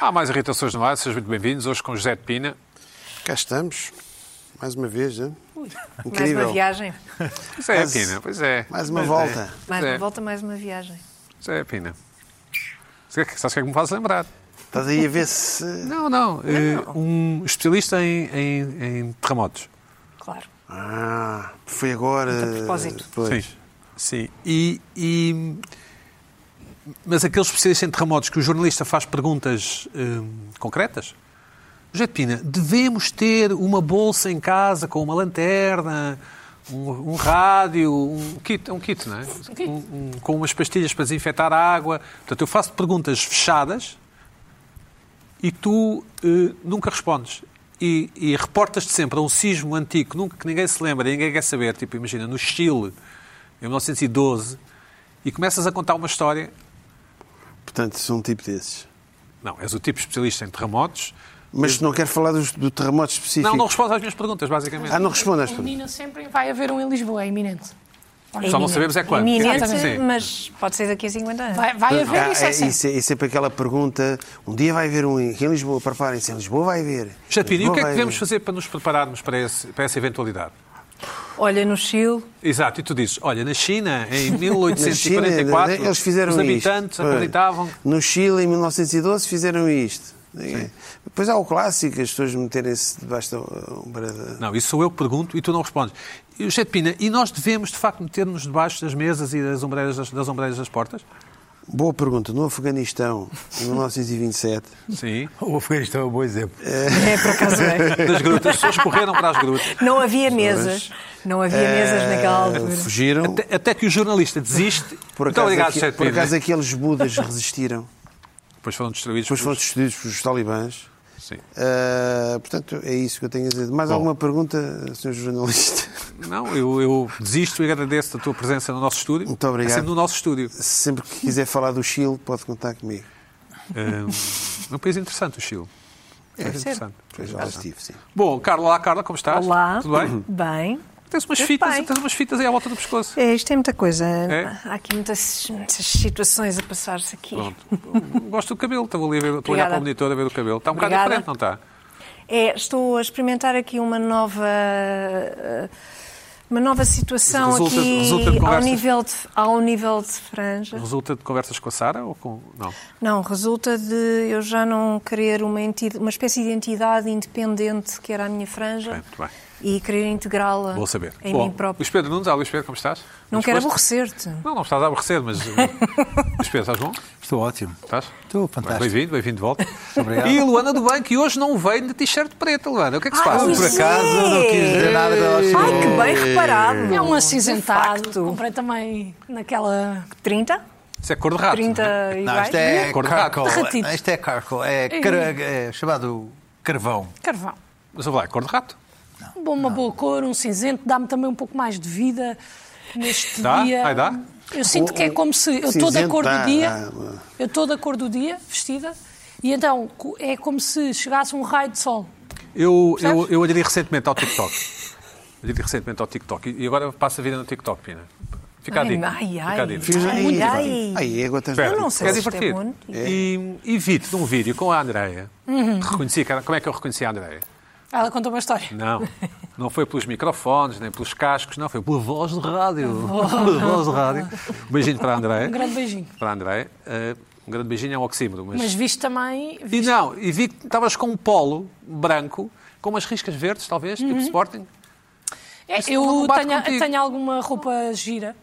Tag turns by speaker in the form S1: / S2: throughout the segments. S1: Há mais irritações no ar, sejam muito bem-vindos. Hoje com José de Pina.
S2: Cá estamos, mais uma vez, né?
S3: Mais uma
S2: incrível.
S3: viagem.
S1: José
S2: Mas-
S1: Pina, pois é.
S2: Mais uma
S1: Pois
S2: volta.
S1: É.
S3: Mais
S1: É.
S3: uma volta, mais uma viagem.
S1: José Pina. Sabe o que- sabes o que é que me faz lembrar?
S2: Estás aí a ver se.
S1: Não, não. eh, Um especialista em, em- em terremotos.
S3: Claro.
S2: Ah, foi agora.
S3: Muito a propósito.
S2: Pois.
S1: Sim. Sim. E, e- Mas aqueles especialistas em terremotos que o jornalista faz perguntas hum, concretas. José de Pina, devemos ter uma bolsa em casa com uma lanterna, um, um rádio, um kit, é um kit, não é? Um- um- com umas pastilhas para desinfetar a água. Portanto, eu faço perguntas fechadas e tu eh, nunca respondes. E, e reportas-te sempre a um sismo antigo que nunca, que ninguém se lembra, e ninguém quer saber, tipo, imagina, no Chile, em 1912, e começas a contar uma história.
S2: Portanto, sou um tipo desses.
S1: Não, és o tipo especialista em terremotos.
S2: Mas não quero falar dos- do terremoto específico.
S1: Não, não respondes às minhas perguntas, basicamente.
S2: Ah, não respondas.
S4: O menino sempre vai haver um em Lisboa, é iminente.
S1: Só não sabemos é quando.
S3: Iminente,
S1: Sim.
S3: mas pode ser daqui a 50 anos.
S4: Vai, vai haver,
S2: Ah,
S4: isso é
S2: é,
S4: certo.
S2: isso, é, isso é para aquela pergunta. Um dia vai haver um em aqui em Lisboa, preparem-se. Em Lisboa vai haver.
S1: José de Pina, e o
S2: Lisboa
S1: que é que
S2: vai
S1: devemos
S2: haver.
S1: fazer para nos prepararmos para, esse- para essa eventualidade?
S3: Olha no Chile,
S1: Exato, e tu dizes, olha, na China, em
S2: Na China,
S1: 1844,
S2: eles fizeram
S1: os
S2: isto.
S1: habitantes
S2: Pois.
S1: acreditavam
S2: No Chile, em 1912, fizeram isto. Depois há o clássico, as pessoas meterem-se debaixo da ombra da.
S1: Não, isso sou eu que pergunto e tu não respondes. E o José de Pina, e nós devemos, de facto, meter-nos debaixo das mesas e das ombreiras das, das ombreiras das portas?
S2: Boa pergunta. No Afeganistão, em 1927,
S1: Sim.
S5: O Afeganistão é um bom exemplo.
S3: é por acaso é.
S1: Eh, Das grutas. As pessoas correram para as grutas.
S3: Não havia mesas. Não havia mesas naquela
S1: É,
S3: altura.
S2: eh, fugiram.
S1: Até, até que o jornalista desiste.
S2: Por
S1: Muito
S2: acaso,
S1: obrigado,
S2: aqui-
S1: José de
S2: por
S1: Pina.
S2: acaso aqueles budas resistiram.
S1: Depois foram destruídos.
S2: Depois foram
S1: pelos-
S2: destruídos pelos talibãs.
S1: Sim.
S2: Ah, portanto, é isso que eu tenho a dizer. Mais alguma pergunta, senhor jornalista?
S1: Não, eu, eu desisto e agradeço a tua presença no nosso estúdio.
S2: Muito obrigado.
S1: É sempre no nosso estúdio.
S2: Sempre que quiser falar do Chile, pode contar comigo.
S1: É um país interessante, o Chile. É, interessante.
S2: Pois já lá estive, sim.
S1: Bom, Carla, olá, Carla, como estás?
S3: Olá.
S1: Ah, Tudo
S2: Uhum.
S1: bem?
S3: Bem.
S1: Tens umas,
S3: Tudo
S1: fitas,
S3: bem.
S1: tens umas fitas aí à volta do pescoço.
S3: É, isto é muita coisa.
S1: É?
S3: Há aqui muitas, muitas situações a passar-se aqui.
S1: Pronto. Gosto do cabelo, estou ali a, ver, estou a olhar
S3: Obrigada.
S1: para o monitor a ver o cabelo. Está um bocado
S3: Obrigada.
S1: diferente, não está?
S3: É, estou a experimentar aqui uma nova eh, uma nova situação
S1: Resulta-
S3: aqui
S1: resulta de
S3: ao,
S1: conversas.
S3: nível de, ao nível de franja.
S1: Resulta de conversas com a Sara ou com. Não.
S3: Não, resulta de eu já não querer uma, entidade, uma espécie de entidade independente que era a minha franja
S1: Bem, muito bem.
S3: e querer integrá-la
S1: Vou saber.
S3: em
S1: Bom,
S3: mim próprio.
S1: Luís Pedro Nunes, ah, Luís Pedro, como estás?
S3: Não quero
S1: Disposto?
S3: aborrecer-te.
S1: Não, não estás a aborrecer, mas. eh, Luís Pedro, estás bom?
S5: Estou ótimo.
S1: Estás?
S5: Estou fantástico.
S1: Bem-vindo, bem-vindo de volta.
S5: obrigado.
S1: E a Luana do Bem, que hoje não veio de t-shirt preta, Luana. O que é que se
S3: Ah,
S1: passa?
S3: pois
S5: Por acaso, não quis dizer nada que ela
S3: Ai,
S5: achou.
S3: que bem reparado.
S4: É um
S3: De
S4: acinzentado.
S3: facto.
S4: Comprei também naquela.
S3: 30?
S1: Isso é cor de rato.
S3: 30
S1: não é?
S3: e
S5: Não,
S3: vai.
S5: isto é
S1: Cor de rato.
S5: carcoal.
S4: De ratito.
S5: Isto é carcoal. É, car- é chamado carvão.
S4: Carvão.
S1: Mas vamos lá, é cor de rato.
S4: Bom, uma boa cor, um cinzento, dá-me também um pouco mais de vida neste
S1: Dá?
S4: dia.
S1: Ai, dá?
S4: Eu sinto que é como se eu estou da
S2: cinzento
S4: cor
S2: dá,
S4: do dia,
S2: dá.
S4: eu estou da cor do dia vestida, e então co- é como se chegasse um raio de sol.
S1: Eu, eu,
S4: Percebes?
S1: eu aderi recentemente ao TikTok. aderi recentemente ao TikTok. E e agora passa a vida no TikTok, Pina. Fica a
S3: Ai,
S1: dica.
S3: ai, ai.
S1: Fica a dica.
S2: Fiz
S3: Ai,
S2: aí.
S3: ai.
S2: Aí, agora estás-
S1: Espera,
S3: Eu não sei
S1: é
S3: se isto é
S1: divertido.
S3: bom.
S1: E, e vi-te num vídeo com a Andreia.
S3: Uhum.
S1: Reconheci, que era- como é que eu reconheci a Andreia?
S4: Ela contou uma história.
S1: Não, não foi pelos microfones, nem pelos cascos, não, foi pela voz de rádio. Pela voz de rádio. Um beijinho para a Andreia.
S4: Um grande beijinho.
S1: Para a Andreia. Eh, um grande beijinho é um oxímoro. Mas...
S4: Mas viste também.
S1: E não, e vi que estavas com um polo branco, com umas riscas verdes, talvez,
S3: Uhum.
S1: tipo Sporting.
S4: É,
S1: Isso não
S4: eu
S1: bate
S4: tenho,
S1: contigo.
S4: tenho alguma roupa gira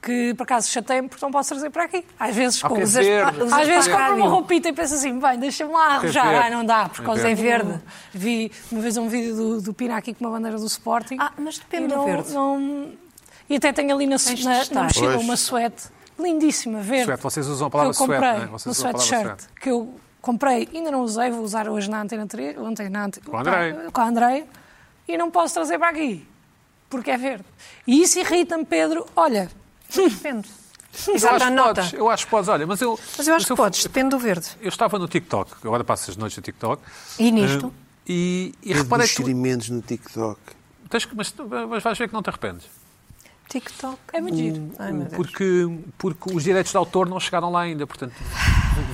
S4: que por acaso chateia-me porque não posso trazer para aqui. Às vezes
S1: Ah,
S4: compro,
S1: porque é verde.
S4: às,
S3: Ah,
S4: vezes
S3: é
S4: compro uma
S3: verde.
S4: roupita e penso assim, bem, deixa-me lá
S1: Porque é
S4: arrojar.
S1: verde.
S4: Ah, não dá, por
S1: É
S4: causa
S3: verde.
S4: do-
S3: É verde.
S4: Vi uma vez um vídeo do, do Pina aqui com uma bandeira do Sporting.
S3: Ah, mas depende
S4: E
S3: do
S4: não-
S3: verde.
S4: não- E até tenho ali na,
S3: Tens de
S4: na- na
S3: testar.
S4: mochila
S2: Pois.
S4: uma suéte lindíssima, verde.
S1: Suéte, vocês usam a
S4: que
S1: palavra
S4: eu
S1: suéte,
S4: comprei,
S1: não é? Vocês usam
S4: uma
S1: a palavra
S4: sweatshirt
S1: suéte.
S4: que eu comprei, ainda não usei, vou usar hoje na Antena 3, ontem na Antena,
S1: Com a Andreia.
S4: com a Andreia, e não posso trazer para aqui, porque é verde. E isso irrita-me, Pedro. Olha,
S3: Depende. Exato,
S1: eu
S3: a
S1: acho que
S3: nota.
S1: podes, eu acho que podes, olha, mas eu.
S3: Mas eu acho que
S1: eu-
S3: podes, depende do verde.
S1: Eu estava no TikTok, agora passo as noites no TikTok.
S3: E nisto?
S1: eh, E, e
S2: Teve
S1: reparei que. tu-
S2: Descobrimentos no TikTok.
S1: tens que- Mas, tu- mas vais ver que não te arrependes.
S3: TikTok.
S4: é muito giro.
S3: Ai, meu Deus.
S1: Porque, porque os direitos de autor não chegaram lá ainda, portanto,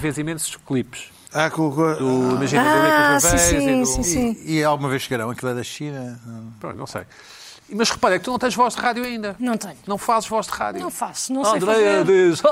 S1: vês imensos clipes.
S2: Ah, com, com-
S1: Do, imagina, do
S3: Ah,
S1: Ricky Gervais
S3: sim,
S1: e do-
S3: sim, sim.
S5: E, e alguma vez chegarão aquilo é da China? Não.
S1: Pronto, não sei. Mas repara, é que tu não tens voz de rádio ainda.
S4: Não tenho.
S1: Não fazes voz de rádio.
S4: Não faço, não sei
S1: Andréia
S2: é
S4: fazer.
S1: diz.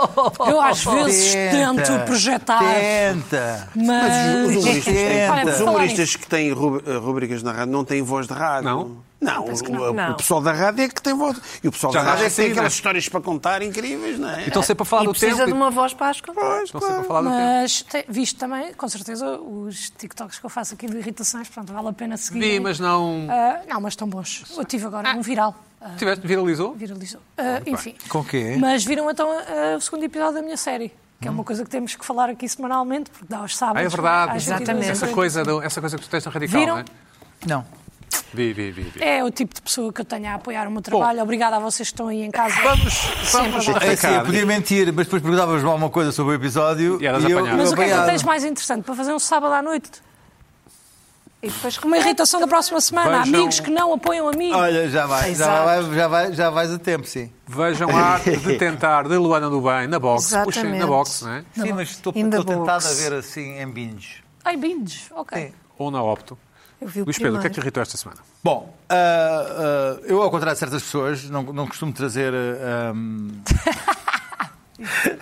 S4: Eu às vezes tento projetar,
S5: Tenta.
S2: Os
S4: mas...
S2: humoristas, têm-
S4: Olha, por
S2: os
S4: falar
S2: humoristas que têm ru- rubricas na rádio não têm voz de rádio.
S1: Não?
S2: Não, o,
S3: não.
S2: o-
S3: Não.
S2: o pessoal da rádio é que tem voz. E o pessoal
S1: Já
S2: da rádio é
S1: nasce
S2: que tem
S1: assim,
S2: aquelas
S1: né?
S2: histórias para contar incríveis, não é?
S1: Então sempre para falar
S3: e
S1: do
S3: precisa
S1: tempo.
S3: de uma voz para as contar.
S1: Então sempre para falar do tempo.
S4: Mas te, viste também, com certeza, os TikToks que eu faço aqui de irritações, pronto, vale a pena seguir.
S1: Vi, mas não.
S4: Ah, não, mas estão bons. Eu tive agora um viral. Ah,
S1: Tiveste, viralizou?
S4: viralizou. Ah, enfim.
S5: Com quê?
S4: Mas viram então ah, o segundo episódio da minha série, que é uma coisa que temos que falar aqui semanalmente, porque dá aos sábados.
S1: Ah, é verdade.
S4: às 22
S3: Exatamente.
S1: Essa
S4: horas.
S1: coisa, do- essa coisa que tu tens no radical,
S4: Viram?
S1: não é?
S5: Não.
S1: Vi, vi, vi. vi.
S4: É o tipo de pessoa que eu tenho a apoiar o meu trabalho. Obrigada a vocês que estão aí em casa.
S1: Vamos,
S4: Sempre
S1: vamos
S4: a dar.
S5: É, sim, eu
S1: atacar.
S5: podia mentir, mas depois perguntavas-me alguma coisa sobre o episódio
S1: E eras
S5: eu,
S1: apanhado.
S4: Mas o que é que tu
S5: apanhava.
S4: tens mais interessante para fazer um sábado à noite? E depois com uma irritação da próxima semana.
S1: Vejam-
S4: Amigos que não apoiam a mim.
S5: Olha, já vai, já
S3: Exato.
S5: vai, já vai, já vais a tempo, sim.
S1: Vejam a arte de tentar de Luana do Bem na boxe.
S3: Exatamente.
S1: Puxem na boxe, não é?
S5: sim, mas estou,
S3: In the
S5: estou tentado a
S3: box.
S5: ver assim em binge.
S4: Ai, bindes. Ok.
S1: Ou na opto.
S3: Eu vi o
S1: Luís Pedro, o que é
S3: primeiro.
S1: que irritou esta semana?
S5: Bom, ah, ah, eu, ao contrário de certas pessoas, não, não costumo trazer ah, hum,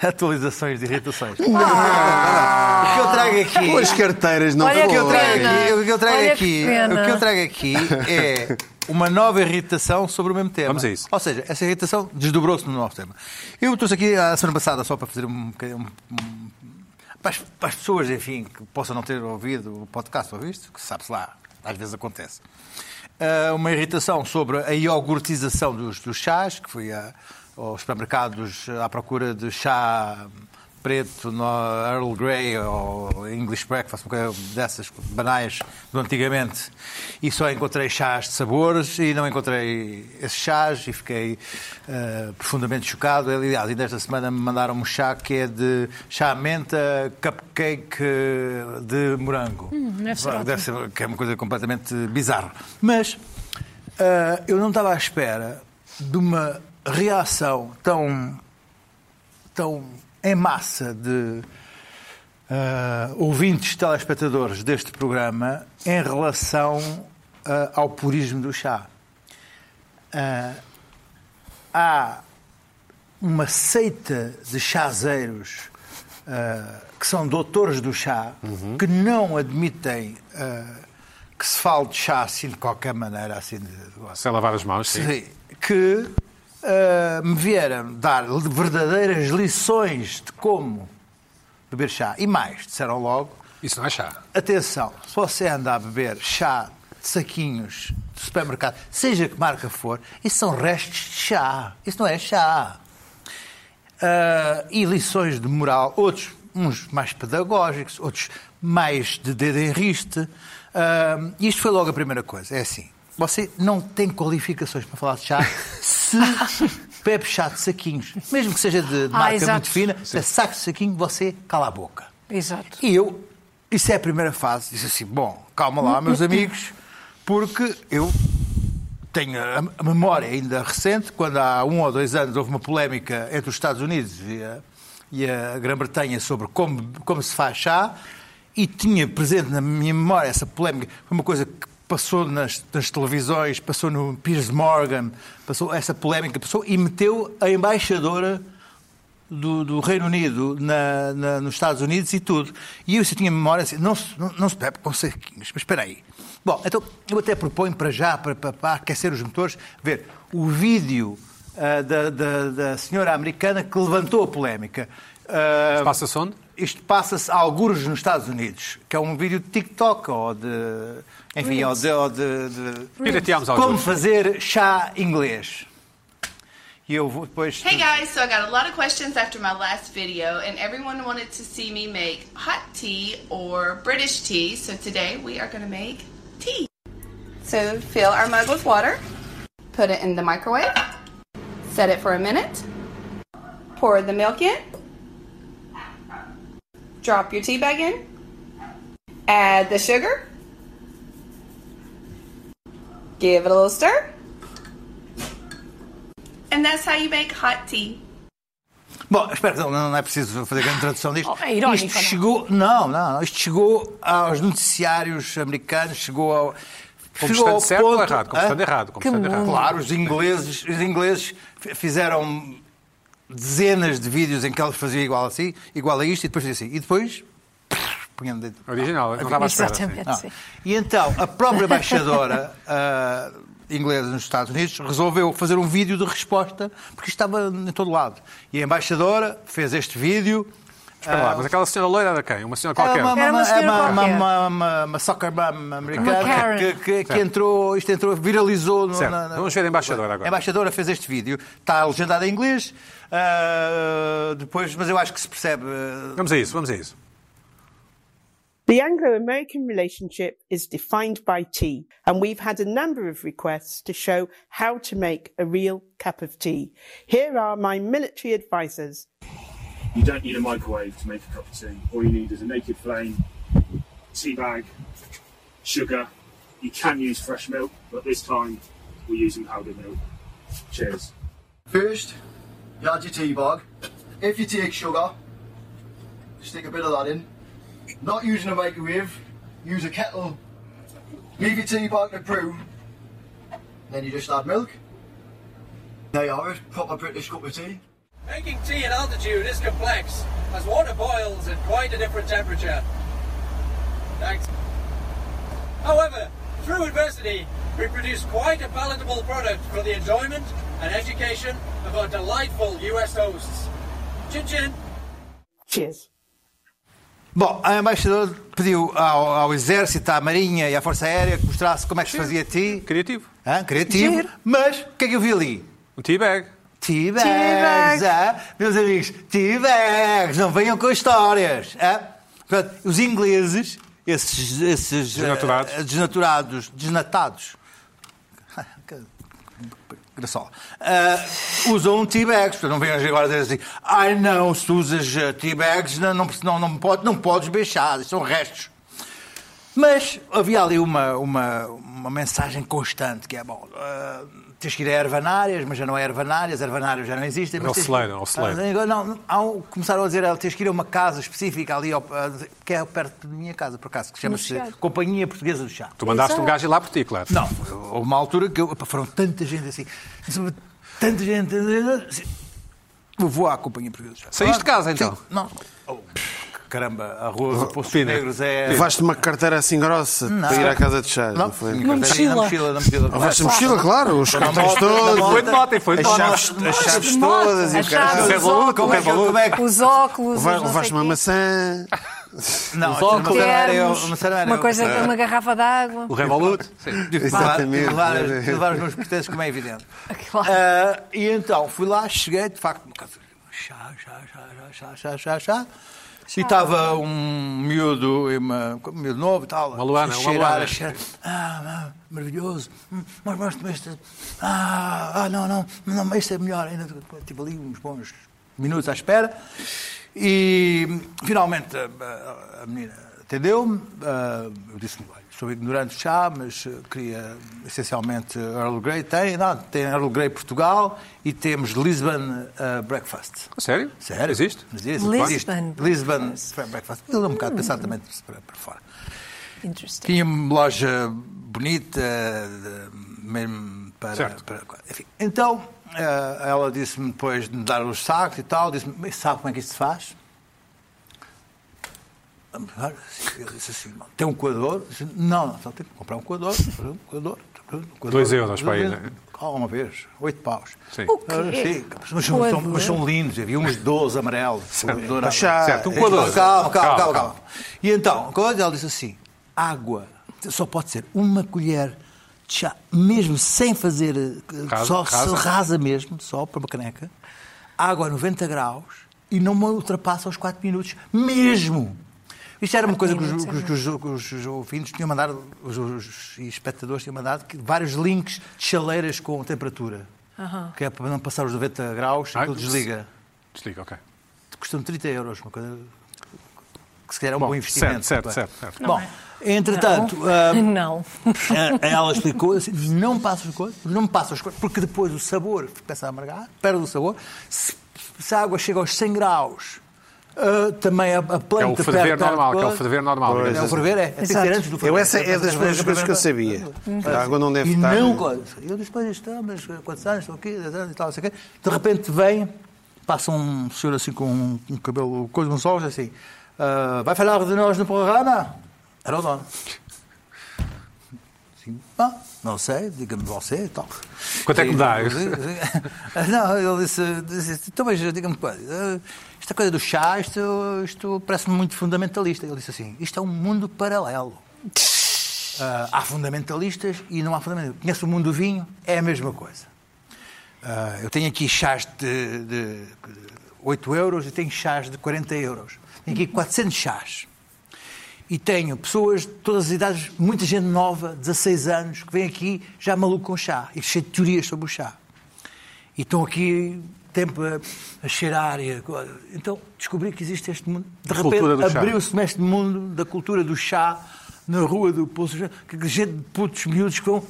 S5: atualizações de irritações. O que eu trago aqui.
S2: Com as carteiras não
S3: Olha
S5: O que eu trago
S3: pena.
S5: aqui, o que eu trago
S3: Olha que
S5: aqui,
S3: pena.
S5: o que eu trago aqui é uma nova irritação sobre o mesmo tema.
S1: Vamos a isso.
S5: Ou seja, essa irritação desdobrou-se no nosso tema. Eu trouxe aqui a semana passada só para fazer um bocadinho. um- um- para, as, para as pessoas, enfim, que possam não ter ouvido o podcast, ouviste? Que sabe-se lá, às vezes acontece. Ah, uma irritação sobre a iogurtização dos, dos chás, que fui a- aos supermercados à procura de chá preto, no Earl Grey ou English Breakfast, uma coisa dessas banais do antigamente, e só encontrei chás de sabores e não encontrei esses chás e fiquei eh, profundamente chocado. Aliás, ainda esta semana me mandaram um chá que é de chá menta cupcake eh, de morango.
S4: Hum, deve ser
S5: Vá,
S4: ótimo.
S5: ser- que é uma coisa completamente bizarra. Mas ah, eu não estava à espera de uma reação tão, tão em massa de ah, ouvintes telespectadores deste programa em relação ah, ao purismo do chá. Ah, há uma seita de chazeiros ah, que são doutores do chá que não admitem ah, que se fale de chá assim de qualquer maneira, assim de,
S1: Sei lavar as mãos, sim.
S5: Sim, que ah, me vieram dar verdadeiras lições de como beber chá. E mais, disseram logo,
S1: Isso não é chá.
S5: atenção, se você anda a beber chá de saquinhos de supermercado, seja que marca for, isso são restos de chá. Isso não é chá. Ah, e lições de moral, outros, uns mais pedagógicos, outros mais de dedo em riste. Ah, E isto foi logo a primeira coisa, é assim. Você não tem qualificações para falar de chá se bebe chá de saquinhos. Mesmo que seja de, de
S3: Ah,
S5: marca
S3: exato.
S5: muito fina, se é saco de saquinho, você cala a boca.
S3: Exato.
S5: E eu, isso é a primeira fase, disse assim: bom, calma lá, meus amigos, porque eu tenho a a memória ainda recente, quando há um ou dois anos houve uma polémica entre os Estados Unidos e a, e a Grã-Bretanha sobre como, como se faz chá, e tinha presente na minha memória essa polémica. Foi uma coisa que passou nas, nas televisões, passou no Piers Morgan, passou essa polémica, passou e meteu a embaixadora do, do Reino Unido na- na- nos Estados Unidos e tudo. E eu se tinha memória assim, não se, não, não se bebe com saquinhos, mas espera aí. Bom, então eu até proponho para já, para, para, para aquecer os motores, ver o vídeo ah, da, da, da senhora americana que levantou a polémica. Ah,
S1: Passa-se onde?
S5: isto passa-se a algures nos Estados Unidos, que é um vídeo de TikTok ou de. Enfim, ou de. Ou de, de
S1: Pirateámos algures.
S5: como fazer chá inglês. E eu vou depois.
S6: Hey guys, so I got a lot of questions after my last video, and everyone wanted to see me make hot tea or British tea, so today we are gonna make tea. So fill our mug with water, put it in the microwave, set it for a minute, pour the milk in, drop your tea bag in, add the sugar, give it a little stir, and that's how you make hot tea.
S5: Bom, espero que não, não é preciso fazer grande tradução disto.
S4: Oh, é irónico,
S5: isto
S4: não?
S5: chegou. Não, não, não. Isto chegou aos noticiários americanos, chegou ao.
S1: Como
S5: chegou
S1: estando
S5: ao
S1: certo ou
S5: ponto- Ah,
S1: errado? Como
S5: Hã? Hum.
S1: estando errado? Como estando errado?
S5: Claro, os ingleses, os ingleses f- fizeram dezenas de vídeos em que eles faziam igual a si, igual a isto, e depois assim. E depois. punham dentro.
S1: Original, eu não estava à espera.
S3: Exatamente,
S5: Ah,
S3: sim.
S5: E então, a própria embaixadora ah, inglesa nos Estados Unidos resolveu fazer um vídeo de resposta, porque isto estava em todo lado. E a embaixadora fez este vídeo.
S1: Espera lá, mas aquela senhora loira era quem? Uma senhora qualquer?
S5: Ah. É uma,
S3: Era uma
S5: é
S3: senhora
S5: uma- uma-
S3: qualquer.
S5: uma- uma- uma soccer mom
S3: Uma
S5: americana
S3: Karen.
S5: que, que- que entrou, isto entrou, viralizou. no-
S1: Certo. Vamos ver a embaixadora agora.
S5: A embaixadora fez este vídeo, está legendada em inglês, ah, depois, mas eu acho que se percebe. ah,
S1: Vamos a isso, vamos a isso.
S7: The Anglo American relationship is defined by tea, and we've had a number of requests to show how to make a real cup of tea. Here are my military advisors.
S8: You don't need a microwave to make a cup of tea. All you need is a naked flame, tea bag, sugar. You can use fresh milk, but this time we're using powdered milk. Cheers.
S9: First, you add your tea bag. If you take sugar, stick a bit of that in. Not using a microwave, use a kettle. Leave your tea bag to brew. Then you just add milk. There you are, a proper British cup of tea.
S10: Making tea at altitude is complex, as water boils at quite a different temperature. Thanks. However, through adversity, we produce quite a palatable product for the enjoyment and education of our delightful US hosts. Chin chin.
S7: Cheers.
S5: Bom, a embaixadora pediu ao, ao Exército, à Marinha e à Força Aérea que mostrasse como é que se fazia ti.
S1: Criativo.
S5: Hã? Criativo. Mas o que é que eu vi ali?
S1: Um teabag.
S5: T-Bags, hã? meus amigos, T-Bags, não venham com histórias. hã? Portanto, os ingleses, esses, esses
S1: Desnaturados.
S5: eh, desnaturados, desnatados, Graçola. Uh, usam teabags. Portanto, Não venhas agora dizer assim, ai não, se usas eh, teabags não, não, não, não, pode, não podes beijar, são restos. Mas havia ali uma, uma, uma mensagem constante que é, bom, eh, tens que ir a ervanárias, mas já não é ervanárias, ervanárias já não existem. mas
S1: Ao
S5: tens que-
S1: celeiro, ao celeiro.
S5: Ah, Agora, não, há um- começaram a dizer, ah, tens que ir a uma casa específica ali, ao- ah, que é perto da minha casa, por acaso, que chama-se Companhia Portuguesa do Chá.
S1: Tu mandaste um gajo ir lá por ti, claro.
S5: é. Não, houve uma altura que eu, epá, foram tanta gente assim, tanta gente, tanta gente. Eu vou à Companhia Portuguesa do Chá.
S1: Saíste de casa,
S5: Sim,
S1: então?
S5: não. Oh, caramba, a Rua do Poços
S1: Pina.
S5: Negros é.
S2: Levaste uma carteira assim grossa para ir à casa de chás, não, foi?
S5: Na
S4: mochila.
S5: Na mochila, na mochila.
S2: Levaste a mochila, claro, os
S5: É
S2: cartões todos,
S1: Foi de moto, e foi de
S2: as
S1: moto.
S2: chaves,
S4: é
S2: as chaves
S3: de moto,
S2: todas e
S4: Ah.
S2: o
S3: as
S2: caralho.
S3: chaves.
S1: Isso é maluco,
S5: Como é que- como é que-
S3: Os óculos, os
S2: Leva-
S3: não sei
S2: Levaste uma
S3: quê,
S2: maçã.
S5: Não,
S1: Os
S5: isso não
S1: óculos.
S5: era eu,
S3: termos,
S5: isso não era
S3: uma
S5: eu.
S3: coisa,
S5: Isso era-
S3: uma garrafa d'água.
S1: O Revolut.
S5: levar,
S2: Exatamente.
S5: levar- levar os meus pertences, como é evidente.
S3: Claro.
S5: Ah, e então fui lá, cheguei, de facto, chá, chá, chá, chá, chá, chá, chá, chá. E estava um miúdo, e uma, um miúdo novo e tal.
S1: Uma Luana,
S5: a
S1: uma
S5: cheirar,
S1: Luana.
S5: a cheirar. Ah, ah, maravilhoso. Hum, Mas mostra-me este. Ah, ah, não, não, não, este é melhor. Ainda tive ali uns bons minutos à espera. E finalmente a- a, a menina atendeu-me. Ah, eu disse-lhe, olha, sou ignorante de chá, mas eh, queria essencialmente Earl Grey. Tem, não, tem Earl Grey Portugal e temos Lisbon ah, Breakfast.
S1: Sério?
S5: Sério?
S1: Existe?
S5: Existe.
S3: Lisbon
S5: existe.
S3: breakfast.
S5: Lisbon breakfast. Ele é um bocado pensado também disso para, para fora.
S3: Interesting.
S5: Tinha uma loja bonita, de- mesmo para,
S1: Certo.
S5: para- Enfim. Então, eh, ela disse-me depois de me dar os sacos e tal, disse-me, "Mas sabe como é que isto se faz? Eu disse assim, "Não, tem um coador? Eu disse, não, não, só tem que comprar um coador. Um coador, um coador
S1: Dois euros para aí, né?
S5: Calma, vez, oito paus.
S1: Sim.
S3: O
S5: Ah,
S3: quê?
S5: sim, mas são, são-
S3: Coador?
S5: mas são lindos, havia uns 12 amarelos. dourados.
S1: Certo, um coador.
S5: Calma, calma, calma,
S1: Calma,
S5: calma. E então, quando ela disse assim, água só pode ser uma colher de chá, mesmo sem fazer, eh,
S1: Rasa,
S5: só
S1: rasa.
S5: só rasa mesmo, só para uma caneca, água a 90 graus e não ultrapassa os 4 minutos, mesmo. Isto era uma coisa que os, que os- que os- que os- que os ouvintes tinham mandado, os, os espectadores tinham mandado, que vários links de chaleiras com temperatura. Que é para não passar os 90 graus e
S1: Ah,
S5: aquilo desliga.
S1: Desliga, ok.
S5: Custam 30 euros, uma coisa que se calhar é um
S1: Bom,
S5: bom investimento.
S1: certo, certo, certo, certo.
S5: Bom, entretanto, ah,
S3: Não.
S5: eh, ela explicou assim, não me passa os coisas, não me passa os coisas, porque depois o sabor começa a amargar, perde o sabor. Se se a água chega aos 100 graus, ah, também a, a planta...
S1: É o ferver
S5: perde a
S1: normal, que é o
S5: coisa.
S1: ferver normal.
S5: É o
S1: digamos.
S5: ferver, é. Tem que ser antes do ferver.
S2: Eu, essa é
S5: Antes do
S2: das
S5: ferver,
S2: primeiras coisas que eu sabia. A água não deve
S5: E
S2: estar.
S5: não, claro, eu disse, pois estamos, quantos anos, estou aqui, 10 anos e tal, não sei o quê. De repente vem, passa um senhor assim com um, um cabelo, coisa, uns olhos assim, "Ah, vai falar de nós no programa? Era o dono. Assim, "Ah, não sei, diga-me você e tal.
S1: Quanto é que me dá?
S5: Não, ele disse, disse então, mas diga-me coisa, eh, esta coisa do chá, isto, isto parece-me muito fundamentalista. Ele disse assim, isto é um mundo paralelo. Ah, há fundamentalistas e não há fundamentalistas. Conhece o mundo do vinho, é a mesma coisa. Ah, eu tenho aqui chás de, de 8 euros e tenho chás de 40 euros. Tenho aqui 400 chás. E tenho pessoas de todas as idades, muita gente nova, 16 anos, que vem aqui já maluco com chá e cheio de teorias sobre o chá. E estão aqui tempo a, a cheirar. E a coisa. então descobri que existe este mundo. De
S1: cultura do
S5: repente
S1: chá.
S5: abriu-se este mundo da cultura do chá na rua do Poço José, que que gente de putos miúdos que vão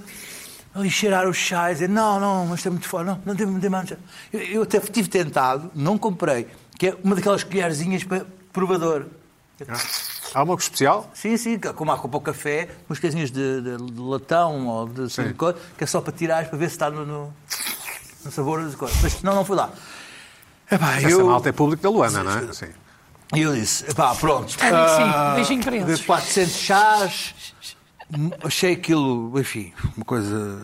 S5: ali cheirar os chá e dizer não, não, mas está muito fora, não, não tem muito mais. chá." Eu, eu até tive tentado, não comprei, que é uma daquelas colherzinhas para provador.
S1: Há uma especial?
S5: Sim, sim, é como há com pouco café, umas coisinhas de, de- de latão ou de
S1: Sim.
S5: coisa, que é só para tirar para ver se está no, no, no sabor de coisa. Mas não, não fui lá. Epá,
S1: Essa
S5: eu,
S1: malta é público da Luana, não é? Sim.
S5: e eu disse, pá, pronto.
S4: Ah, sim, beijinho para
S5: de
S4: eles.
S5: 400 chás, hum, achei aquilo, enfim, uma coisa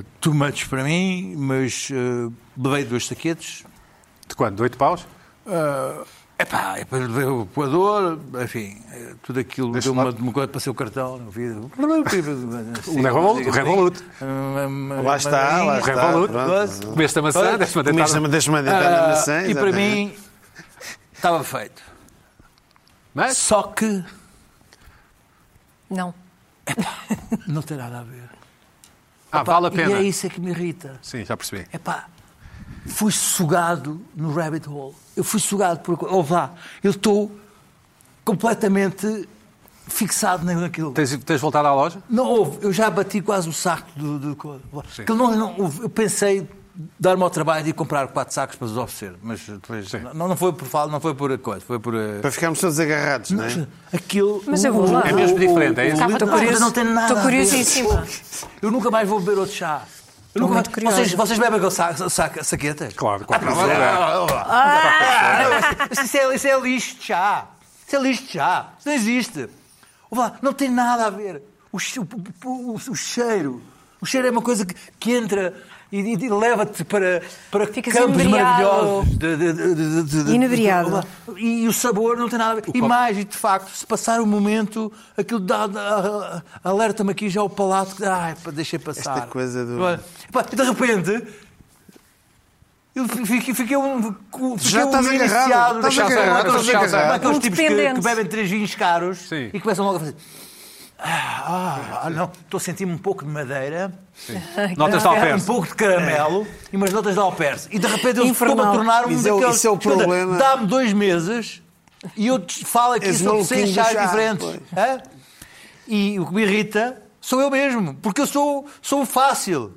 S5: eh, too much para mim, mas eh, levei dois saquetes.
S1: De quando? De oito paus?
S5: Eh, epá, e depois levei o coador, enfim, eh, tudo aquilo
S1: Deixa
S5: deu uma
S1: lá.
S5: democrata para ser o cartão. não vi.
S1: O Revolut, o Revolut.
S2: Lá está, lá está.
S1: Revolut,
S2: pronto.
S1: Comeste a maçã,
S5: Tá, Pois,
S1: deste-me a
S2: Comeste
S1: tentar.
S2: uma das madeiras
S5: Ah,
S2: da maçã.
S5: e para
S2: exatamente.
S5: mim estava feito.
S1: Mas
S5: Só que
S3: Não.
S5: não tem nada a ver.
S1: ah,
S5: Epá,
S1: vale a
S5: E é
S1: pena.
S5: isso é que me irrita.
S1: Sim, já percebi.
S5: É pá, fui sugado no rabbit hole. Eu fui sugado por. Ouve lá, eu estou completamente fixado na- naquilo.
S1: Tens, tens voltado à loja?
S5: Não houve, eu já bati quase o saco do. do- co- que não, não houve. Eu pensei dar-me ao trabalho de ir comprar quatro sacos para os oferecer, mas depois.
S1: Sim.
S5: Não, não foi por fala, não foi por coisa, foi por. eh,
S2: Para ficarmos todos agarrados, não é?
S5: Aquilo.
S3: Mas eu vou lá. É
S1: mesmo diferente, é isso?
S5: Ah, o- o-
S3: Estou
S5: o-
S3: curiosa.
S5: não tem nada.
S3: Estou
S5: a ver.
S3: curiosíssima.
S5: Eu nunca mais vou beber outro chá. Eu nunca
S3: muito
S5: mais- Vocês,
S3: curiosa.
S5: vocês bebem com sa, sa- saquetas?
S1: Claro, claro.
S5: Ah, não, não, não. Ah, não, isso, é, isso é lixo de chá. Isso é lixo de chá. Isso não existe. Ouve lá, Não tem nada a ver. O, che- o- o- o- o cheiro. O cheiro é uma coisa que, que entra e, e- e leva-te para, para
S3: Ficas
S5: campos
S3: inebriado.
S5: maravilhosos. de- de- de- de- de- de-
S3: Inebriado.
S5: Ouve lá, e, e o sabor não tem nada a ver. E mais, e de facto, se passar o momento, aquilo dá, dá- alerta-me aqui já o palato. que, Ai, pá, deixei passar.
S2: Esta coisa do-
S5: Agora, pá, de repente, eu fiquei, fiquei um. cu- Fiquei
S2: Já estás
S5: um
S2: agarrado,
S5: iniciado.
S2: estás
S5: Deixa eu
S1: agarrado,
S5: falar com aqueles-
S1: estás
S5: com
S1: agarrado.
S5: aqueles
S3: Um
S5: tipos que,
S3: dependente.
S5: que bebem três vinhos caros
S1: Sim.
S5: e começam logo a fazer. Ah, ah, não, estou a sentir-me um pouco de madeira,
S1: Notas de
S5: um
S1: alperce.
S5: pouco de caramelo e umas notas de alperce. E de repente eu estou a
S3: Infernal.
S5: tornar um
S2: Isso é o-
S5: daqueles.
S2: isso é o
S5: Escuta,
S2: problema.
S5: Dá-me dois meses e eu te falo aqui
S2: Esse
S5: sobre seis
S2: maluquinho do
S5: chás
S2: chá,
S5: diferentes.
S2: pois.
S5: Hã? E o que me irrita sou eu mesmo, porque eu sou, sou um fácil.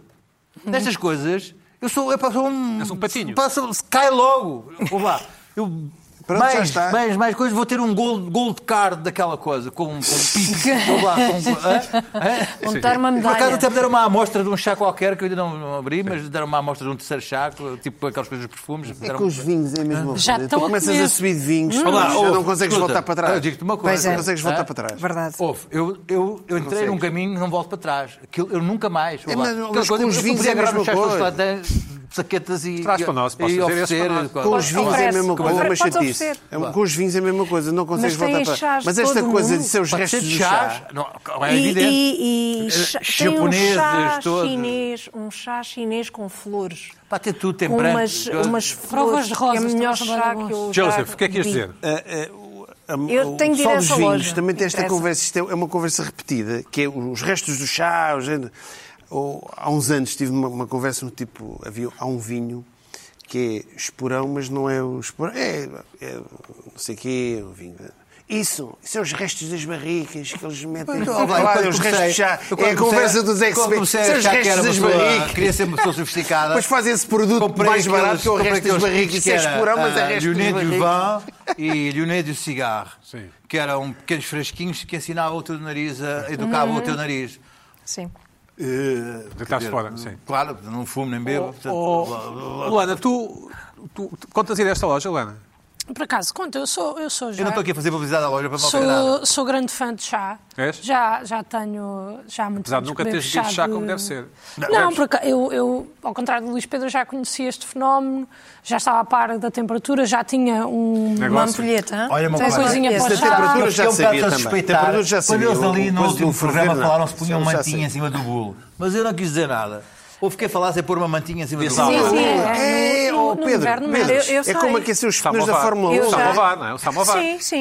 S5: Nestas coisas, eu sou, epá, sou um.
S1: És um patinho.
S5: Passa, cai logo. Vou lá. Eu.
S2: Pronto, já
S5: mais,
S2: está.
S5: mais, mais coisas, vou ter um gold, gold card daquela coisa, com, com pique. Vou lá, com, hã? Hã?
S3: Vão dar uma
S5: Por acaso
S3: medalha.
S5: até me deram uma amostra de um chá qualquer que eu ainda não, não abri, mas deram uma amostra de um terceiro chá, tipo aquelas coisas dos perfumes.
S2: É
S5: deram-
S2: que os vinhos é a mesma coisa.
S4: Já
S2: tu
S4: estou a
S2: começas
S4: comer.
S2: a subir de
S3: Hum.
S2: vinhos,
S5: Olá,
S2: já
S5: ouve,
S2: não consegues
S5: escuta,
S2: voltar para trás.
S5: Eu digo-te uma
S3: Pois
S5: coisa.
S3: é.
S2: Não consegues voltar
S5: Hã?
S2: para trás.
S3: Verdade.
S5: Ouve, eu, eu, eu entrei
S2: consegues.
S5: num caminho e não volto para trás. Aquilo, eu nunca mais. vou
S2: É,
S5: lá.
S2: mas- mas
S5: Aquela
S2: com os
S5: eu
S2: vinhos
S5: podia
S2: é a
S5: agarrar
S2: mesma
S5: nos chás todos
S2: coisa.
S5: lá, dar saquetas e.
S1: Traz para nós,
S5: e-
S1: posso
S5: e
S1: dizer, esse
S5: oferecer.
S1: para nós.
S2: Com os vinhos é a
S3: oferece,
S2: mesma coisa, é uma
S3: oferece, podes
S2: chatice.
S3: oferecer.
S2: É um- Com os vinhos é a mesma coisa, não consegues
S3: tem
S2: voltar para
S3: chás
S2: trás. Mas
S3: de
S2: esta
S3: todo o
S2: coisa
S3: mundo.
S2: de ser os
S5: Pode ser
S2: restos
S5: de
S2: do
S5: chás.
S2: chá.
S5: Não, é
S3: E,
S5: evidente.
S3: e, e
S5: Eh,
S3: chá- tem um
S5: japoneses
S3: chá
S5: todos.
S3: chinês, um chá chinês com flores.
S5: Pá, tem tudo, tem
S3: com
S5: É branco.
S3: umas, umas
S4: Provas
S3: flores.
S4: de
S3: que é
S4: rosas,
S3: o melhor
S4: estão a
S3: chá
S4: trabalhar
S3: que eu já
S1: Joseph, o que é que ias
S3: vi.
S1: dizer?
S5: Ah,
S3: Eu tenho de ir
S2: Só
S3: a
S2: os
S3: essa
S2: vinhos,
S3: loja.
S2: também tem esta
S3: Interessa.
S2: conversa, isto é uma conversa repetida, que é os restos do chá. os- ou- há uns anos tive uma, uma conversa no tipo, havia, há um vinho que é esporão, mas não é o esporão, é, é não sei o quê, um vinho. Isso, isso é os restos das barricas que eles metem.
S5: Então,
S2: Olha,
S5: vai, quando
S2: é os
S5: comecei-
S2: restos de chá.
S5: eu quando
S2: É a conversa dos
S5: comecei- quando
S2: experts.
S5: comecei a
S2: São os
S5: achar que era
S2: restos
S5: uma
S2: das
S5: pessoa- Queria
S2: barricas.
S5: ser uma pessoa sofisticada.
S2: Depois fazem esse produto mais barato que é o resto das barricas. Isso é escorão, mas é resto das
S5: Lionet du
S2: barricas.
S5: ah, Vin e Lionet du Cigarro,
S1: Sim.
S5: que eram pequenos frasquinhos que ensinavam o teu nariz, a, educavam o
S3: Uhum.
S5: teu nariz.
S3: Sim.
S5: Eh, quer
S1: Deitar-se
S5: dizer,
S1: fora, sim.
S5: Claro, não fumo nem bebo. portanto,
S1: Oh, Luana, tu, tu, tu contas ir a esta loja, Luana?
S4: Por acaso, conta, eu sou, eu sou já.
S5: eu não estou aqui a fazer publicidade à loja para mal nada.
S4: Sou, sou grande fã de chá.
S1: És?
S4: Já, já tenho. Já há muito
S1: Apesar de
S4: anos
S1: nunca
S4: que
S1: teres
S4: bebo
S1: bebido chá
S4: de-
S1: como deve ser.
S4: Não, por aca- eu, eu, ao contrário do Luís Pedro, já conhecia este fenómeno, já estava a par da temperatura, já tinha um.
S1: Negócio.
S3: Uma ampulheta.
S5: Olha uma
S3: Tens
S5: coisa.
S3: coisinha
S5: Esse
S3: para
S2: da
S3: o chá.
S2: temperatura
S5: Eu
S2: já
S5: fiquei um
S2: sabia
S5: bocado a
S2: também.
S5: suspeitar,
S2: Temperatura já
S5: quando
S2: sabia.
S5: eles ali
S2: O
S5: no
S2: coisa
S5: último
S2: do ferver,
S5: um programa
S2: não.
S5: falaram se punham
S2: Isso eu já
S5: mantinha
S2: sei.
S5: em cima do bolo. Mas eu não quis dizer nada. Ou fiquei a falar sem pôr uma mantinha em cima do
S1: Sim,
S5: bolo.
S3: sim,
S2: É,
S3: é. No-
S2: oh,
S3: no
S2: Pedro,
S3: inverno,
S2: Pedro,
S3: mas eu- eu
S2: é como
S3: sei.
S2: aquecer os pneus
S1: Samovar.
S2: da Fórmula
S1: O
S3: Eu
S2: 1.
S3: já-
S1: samovar, não é? O samovar.
S3: Sim, sim.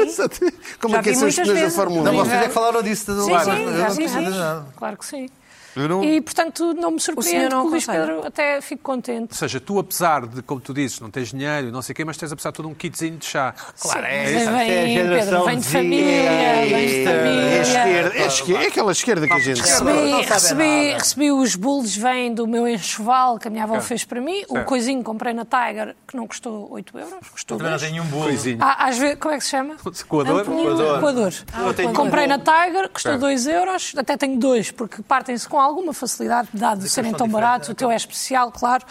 S2: Como
S3: Já
S2: aquecer os
S3: vi muitas
S2: pneus da
S3: vezes.
S2: Fórmula
S5: Não,
S2: 1.
S5: vocês é que falaram disso.
S3: Sim,
S5: Luana.
S3: sim,
S5: eu
S3: já
S5: não quis
S3: sim,
S5: dizer
S3: sim.
S5: nada.
S4: Claro que sim.
S5: Eu não-
S4: E, portanto, não me
S3: senhor
S4: surpreende que
S3: não
S4: o Luís
S3: aconselha?
S4: Pedro até fique
S1: Ou
S4: contente.
S1: seja, tu, apesar de, como tu dizes, não tens dinheiro, não sei o quê, mas tens, apesar de tudo, um kitzinho de chá.
S4: Claro,
S5: é isso,
S4: Vem,
S5: é a
S4: Pedro,
S5: geração
S4: vem de
S5: Z,
S4: família,
S5: é
S4: vem de
S5: isto,
S2: É, a
S4: família.
S2: esquerda, é, a esquerda, é aquela esquerda que a gente
S5: Esquerda.
S4: Recebi,
S5: Não sabe
S4: recebi,
S5: nada.
S4: recebi os bulls vêm do meu enxoval que a minha avó fez para mim. O
S1: Certo.
S4: coisinho que comprei na Tiger, que não custou 8 euros, custou
S5: Eu não
S4: 10.
S5: tenho um bolo.
S1: Coisinho.
S4: Ah, às vezes, como é que se chama?
S1: Coador?
S4: Ampolinha, Coador. Comprei na Tiger, custou
S1: Certo.
S4: 2 euros, até tenho dois, porque partem-se com alguma facilidade, dado de serem
S5: são
S4: tão
S5: diferentes,
S4: baratos,
S5: né?
S4: o
S1: Então.
S4: teu é especial, claro.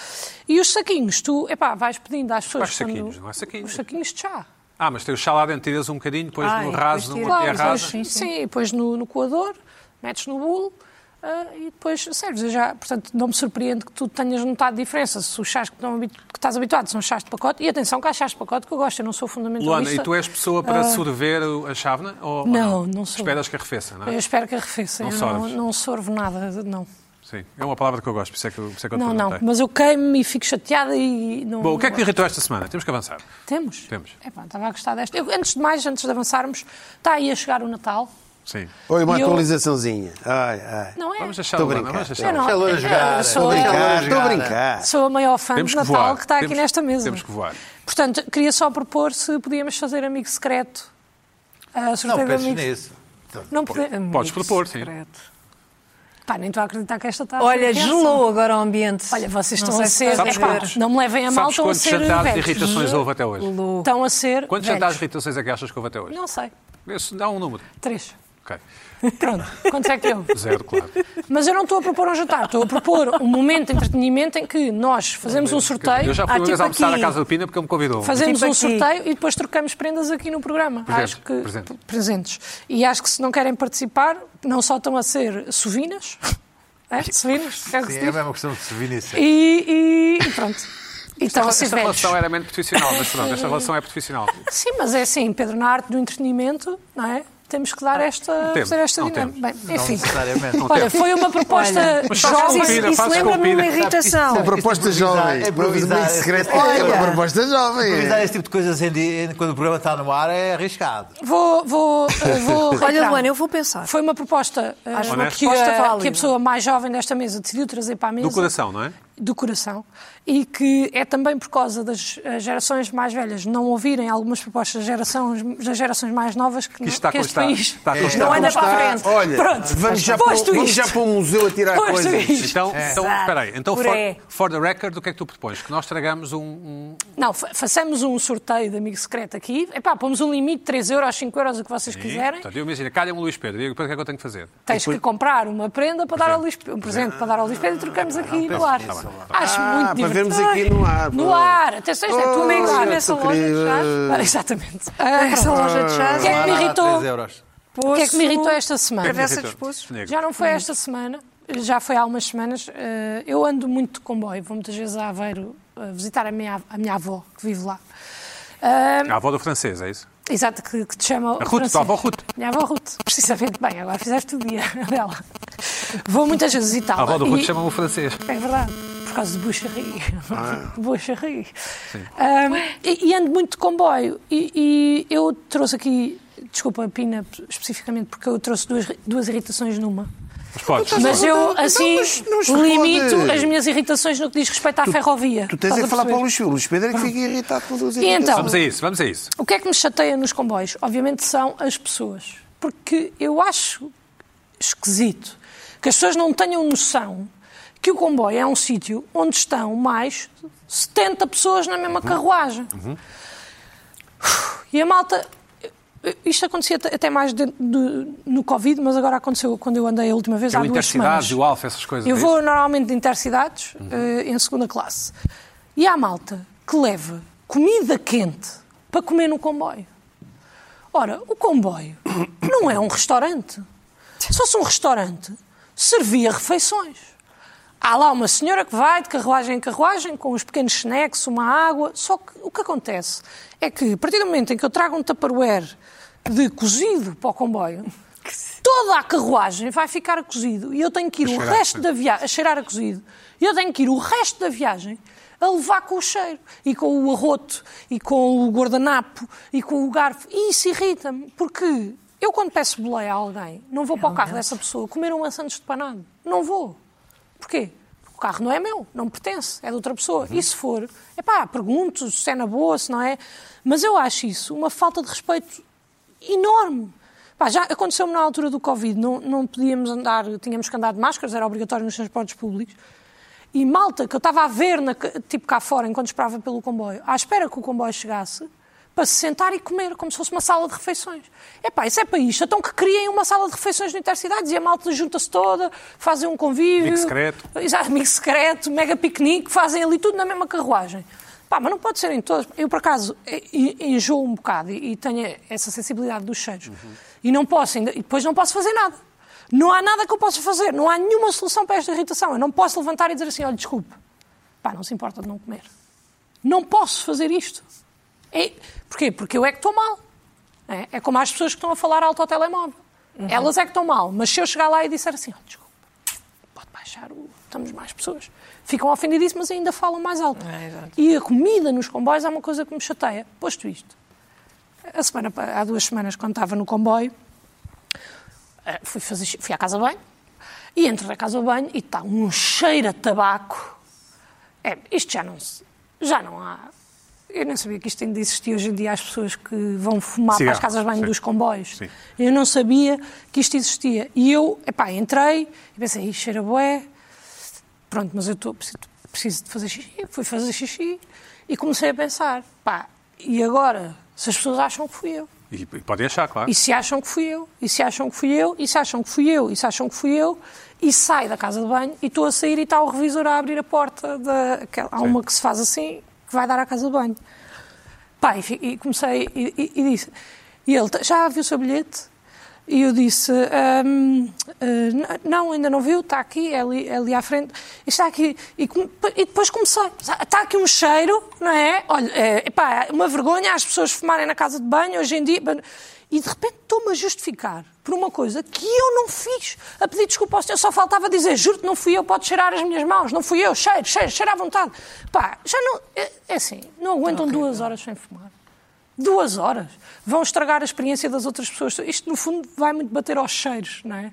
S4: E os saquinhos, tu, epá, vais pedindo às pessoas...
S1: Quais
S4: quando-
S1: saquinhos? Não há saquinhos.
S4: Os saquinhos de chá.
S1: Ah, mas tem o chá lá dentro, tiras um bocadinho, depois
S3: Ah,
S1: no é
S3: e
S1: raso,
S3: depois
S1: numa
S3: tiras.
S1: terra
S3: Claro,
S1: rasa.
S4: depois, sim, depois no, no coador, metes no bolo ah, e depois serves. Eu já, portanto, não me surpreende que tu tenhas notado diferença se os chás que, não habitu- que estás habituado são chás de pacote. E atenção que há chás de pacote que eu gosto, eu não sou fundamentalista.
S1: Luana, e tu és pessoa para sorver o- a chávena? Ou, ou
S4: Ah. Não,
S1: não,
S4: não sou.
S1: Esperas que arrefeça, não
S4: Eu
S1: é?
S4: espero que arrefeça.
S1: Não
S4: eu não,
S1: sorves.
S4: não sorvo nada, não.
S1: Sim, é uma palavra que eu gosto, por isso é que, eu- por isso é que eu te
S4: Não, não.
S1: perguntei.
S4: Mas eu queimo e fico chateada e não.
S1: Bom, o que é que te irritou esta semana? Temos que avançar.
S4: Temos?
S1: Temos.
S4: Epá, estava a gostar desta. Eu, antes de mais, antes de avançarmos, está aí a chegar o Natal.
S1: Sim.
S2: Olha, uma
S4: E eu-
S2: atualizaçãozinha. Ai, ai.
S4: Não é?
S1: Vamos achar,
S2: Estou
S1: Luana,
S2: a brincar.
S1: vamos achar.
S4: Eu não- é
S5: Calor a
S4: eu
S5: jogar,
S4: sou-
S5: calor a jogar.
S2: Ah, Estou a brincar.
S4: Sou a maior fã
S1: Temos
S4: de
S1: que
S4: Natal
S1: voar.
S4: que está aqui
S1: Temos-
S4: nesta mesa.
S1: temos que voar.
S4: Portanto, queria só propor se podíamos fazer amigo secreto. Ah,
S5: Não,
S4: surpresa
S5: penses
S4: amigo-
S5: nisso.
S4: Não podemos.
S1: Podes propor, sim.
S4: Pá, nem estou a acreditar que esta está. a
S3: Olha,
S4: ser criança.
S3: gelou agora o ambiente.
S4: Olha, vocês
S3: Não
S4: estão a
S3: sei se
S4: ser.
S3: estás
S4: epá,
S3: a ver.
S4: não me levem a mal,
S1: Sabes
S4: estão É a
S1: quantos
S4: ser. Hum.
S1: jantares de
S4: velhos.
S1: irritações houve até hoje?
S4: Estão a ser.
S1: Quantos
S4: velhos.
S1: jantares de irritações é que achas que houve até hoje?
S4: Não sei.
S1: Esse dá um número.
S4: Três.
S1: Ok.
S4: Pronto, quantos é que eu?
S1: Zero, claro.
S4: Mas eu não estou a propor um jantar, estou a propor um momento de entretenimento em que nós fazemos um sorteio.
S1: Eu já fui
S3: Ah,
S1: uma vez
S3: tipo
S1: almoçar
S3: aqui.
S1: à casa do Pina porque ele me convidou.
S4: Fazemos
S3: Tipo
S4: um
S3: aqui.
S4: sorteio e depois trocamos prendas aqui no programa.
S1: Presente,
S4: acho que
S1: presente.
S4: presentes. E acho que se não querem participar, não só estão a ser sovinas, é? sovinas, é o que
S5: Sim,
S4: se
S5: é a
S4: diz.
S5: mesma questão de se vir
S2: é
S5: nisso.
S4: E, e- e pronto. E estão a
S1: Esta
S4: ser
S1: esta
S4: velhos.
S1: relação era meramente profissional, mas pronto, esta relação é profissional.
S4: Sim, mas é assim, Pedro, na arte do entretenimento, não é? Temos que dar esta,
S1: temos,
S4: fazer esta
S1: Ah, não
S4: dinâmica. Bem, enfim.
S5: necessariamente. Não
S4: Olha, foi uma proposta
S1: Mas faz
S4: jovem.
S1: com pina,
S3: Isso, isso
S1: faz com
S3: lembra-me
S1: pina.
S3: uma irritação.
S2: Uma proposta
S5: improvisar,
S2: jovem.
S5: é improvisar.
S2: Muito secreto. É
S5: Olha.
S2: uma proposta
S5: Improvisar
S2: jovem. é.
S5: esse tipo de coisas em dia- quando o programa está no ar é arriscado.
S4: Vou, vou, eh, vou
S3: Olha,
S4: reiterar.
S3: Luana, eu vou pensar.
S4: Foi uma proposta, eh,
S3: Acho
S1: uma
S4: que,
S3: proposta
S4: a,
S3: válida.
S4: que a pessoa mais jovem desta mesa decidiu trazer para a mesa.
S1: Do coração, não é?
S4: do coração e que é também por causa das eh, gerações mais velhas não ouvirem algumas propostas das gerações, das gerações mais novas que, não-
S1: isto está a
S4: que este
S1: constar.
S4: país
S1: Está a constar.
S4: não anda
S2: Está-
S4: para a frente.
S2: Olha,
S4: Pronto,
S2: vamos já para
S4: posto
S2: o- vamos
S4: isto.
S2: já para um- o museu a tirar
S4: Posto
S2: coisas.
S4: isto.
S1: Então, então
S3: Exato.
S1: espera aí. Então, for,
S3: Puré.
S1: for the record, o que é que tu propões? Que nós tragamos um... um-
S4: Não, fa- façamos um sorteio de amigo secreto aqui. Epá, pomos um limite de 3 euros, 5 euros, o que vocês quiserem.
S2: tá,
S1: Portanto, eu imagino, calha-me o Luís Pedro. E depois o que é que eu tenho que fazer?
S4: Tens que comprar uma prenda para dar
S2: é.
S4: ao Luís, um presente para dar ao Luís Pedro e trocamos aqui no
S2: tá
S4: ar. Acho
S2: Ah,
S4: muito
S2: para
S4: divertido.
S2: vermos aqui no ar,
S4: No
S2: pronto.
S4: ar. Atenção, isto é tudo
S2: Oh,
S4: amigos
S2: eu
S4: nessa
S2: tô
S4: loja de chás.
S2: querida.
S4: Ah, Exatamente. Ah,
S2: eh,
S3: Essa
S4: pronto.
S3: loja de
S4: O que é
S3: chás.
S4: que me irritou?
S5: 3 euros.
S4: O que é que me irritou esta semana?
S3: Travessa dos
S1: Irritou-te.
S3: Poços.
S1: Negro.
S4: Já não foi esta semana, já foi há umas semanas. Eh, Eu ando muito de comboio, vou muitas vezes a Aveiro eh, visitar a minha, a minha avó, que vive lá. Ah,
S1: A avó do francês, é isso?
S4: Exato, que, que te chama.
S1: A Ruth, tua avó Ruth.
S4: Minha avó Ruth, precisamente. Bem, agora fizeste o dia dela. Vou muitas vezes visitá-la.
S1: A avó do
S4: e-
S1: Ruth chama-me o francês.
S4: É verdade, por causa de boucherie.
S1: Ah, é.
S4: boucherie. Ahm, e, e ando muito de comboio. E, e eu trouxe aqui, desculpa, Pina, especificamente, porque eu trouxe duas, duas irritações numa.
S1: Mas podes.
S4: Mas
S1: podes.
S4: eu,
S2: Então,
S4: assim,
S2: mas não se
S4: limito
S2: pode.
S4: as minhas irritações no que diz respeito à ferrovia.
S2: Tu tens
S4: Estás
S2: é
S4: a
S2: que falar para o
S4: perceber?
S2: Luís Pedro. O Luís Pedro é que fica irritado com todas as
S4: E então?
S2: irritações.
S1: Vamos a isso, vamos a isso.
S4: O que é que me chateia nos comboios? Obviamente são as pessoas. Porque eu acho esquisito que as pessoas não tenham noção que o comboio é um sítio onde estão mais 70 pessoas na
S2: Uhum.
S4: mesma carruagem. E a malta. Isto acontecia até mais dentro do- no Covid, mas agora aconteceu quando eu andei a última vez,
S1: Que é o
S4: há duas semanas.
S1: Intercidades, o Alfa, essas coisas.
S4: Eu
S1: é
S4: vou
S1: isso? Uhum.
S4: normalmente de intercidades, eh, em segunda classe. E há malta que leva comida quente para comer no comboio. Ora, o comboio não é um restaurante. Se fosse um restaurante, servia refeições. Há lá uma senhora que vai de carruagem em carruagem, com uns pequenos snacks, uma água. Só que o que acontece é que, a partir do momento em que eu trago um tupperware de cozido para o comboio, toda a carruagem vai ficar a cozido e eu tenho que ir o
S1: cheirar,
S4: resto da viagem, a cheirar a cozido, e eu tenho que ir o resto da viagem a levar com o cheiro, e com o arroto, e com o guardanapo, e com o garfo. E isso irrita-me, porque eu quando peço boleia a alguém, não vou para o carro dessa pessoa comer um maçã de panado. Não vou. Porquê? Porque O carro não é meu, não me pertence, é de outra pessoa. E se for, é pá, pergunto se é na boa, se não é. Mas eu acho isso uma falta de respeito enorme. Pá, já aconteceu-me na altura do Covid, não, não podíamos andar, tínhamos que andar de máscaras, era obrigatório nos transportes públicos. E malta que eu estava a ver, na, tipo cá fora, enquanto esperava pelo comboio, à espera que o comboio chegasse, para se sentar e comer, como se fosse uma sala de refeições. É pá, isso é para isto. Então que criem uma sala de refeições no Intercidades e a malta junta-se toda, fazem um convívio.
S1: Amigo secreto.
S4: Exato, amigo secreto, mega piquenique, fazem ali tudo na mesma carruagem. Pá, mas não pode ser em todas. Eu, por acaso, e- e- enjoo um bocado e e tenho essa sensibilidade dos cheiros. E não posso, ainda, e depois não posso fazer nada. Não há nada que eu possa fazer, não há nenhuma solução para esta irritação. Eu não posso levantar e dizer assim: olha, desculpe, pá, não se importa de não comer. Não posso fazer isto. É, porquê? Porque eu é que estou mal. É, é como as pessoas que estão a falar alto ao telemóvel. Elas é que estão mal, mas se eu chegar lá e disser assim: olha, desculpe pode baixar o. Estamos mais pessoas. Ficam ofendidíssimas e ainda falam mais alto. e a comida nos comboios é uma coisa que me chateia. Posto isto, a semana, pa- há duas semanas, quando estava no comboio, eh, fui, fazer, xi- fui à casa de banho e entro na casa de banho e está um cheiro a tabaco. É, isto já não, se- já não há. Eu não sabia que isto ainda existia hoje em dia, as pessoas que vão fumar
S1: Cigarro,
S4: para as casas de banho
S1: sim.
S4: dos comboios.
S1: Sim.
S4: Eu não sabia que isto existia. E eu, epá, entrei e pensei, "Ih, cheira bué, pronto, mas eu estou, preciso, preciso de fazer xixi, fui fazer xixi e comecei a pensar, pá, e agora? Se as pessoas acham que fui eu.
S1: E, e podem achar, claro.
S4: E se acham que fui eu, e se acham que fui eu, e se acham que fui eu, e se acham que fui eu, e saio da casa de banho e estou a sair e está o revisor a abrir a porta da. aquela- Há uma que se faz assim, que vai dar à casa de banho. Pá, e, fi- e comecei e, e- e disse. E ele, "Tá- já viu o seu bilhete? E eu disse, "Ahm, ah, n- não, ainda não viu, está aqui, é ali, é ali à frente. E está aqui. E, com- e depois comecei. Está aqui um cheiro, não é? Olha, é, epá, é uma vergonha as pessoas fumarem na casa de banho hoje em dia. E de repente estou-me a justificar por uma coisa que eu não fiz. A pedir desculpa ao senhor, só faltava dizer, juro-te, não fui eu, pode cheirar as minhas mãos, não fui eu, cheiro, cheiro, cheiro à vontade. Pá, já não. É, é assim, não aguentam duas horas sem fumar. Duas horas. Vão estragar a experiência das outras pessoas. Isto, no fundo, vai muito bater aos cheiros, não é?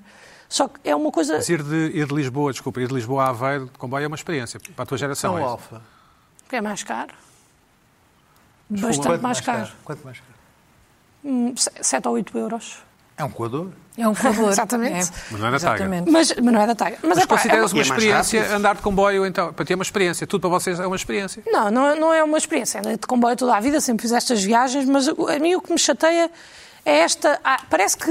S4: Só que é uma coisa.
S1: Mas ir de, ir de Lisboa, desculpa, ir de Lisboa a Aveiro de comboio é uma experiência para a tua geração. é
S5: Então,
S1: isso?
S5: Alfa.
S4: que é mais caro.
S5: quanto
S4: Bastante mais caro.
S5: Quanto mais caro?
S4: Hum, se- sete ou oito euros.
S5: É um coador?
S11: É um favor.
S4: Exatamente.
S11: É.
S1: Mas não é da Tiger.
S11: Exatamente.
S4: Mas, mas não é da taia. Mas,
S1: Mas
S4: epá, é
S1: consideras uma
S2: E
S4: uma-
S2: é mais
S1: experiência
S2: rápido.
S1: andar de comboio, então? Para ti é uma experiência. Tudo para vocês é uma experiência.
S4: Não, não, não é uma experiência. Andei de comboio toda a vida, sempre fiz estas viagens, mas o- a mim o que me chateia é esta. ah, parece que.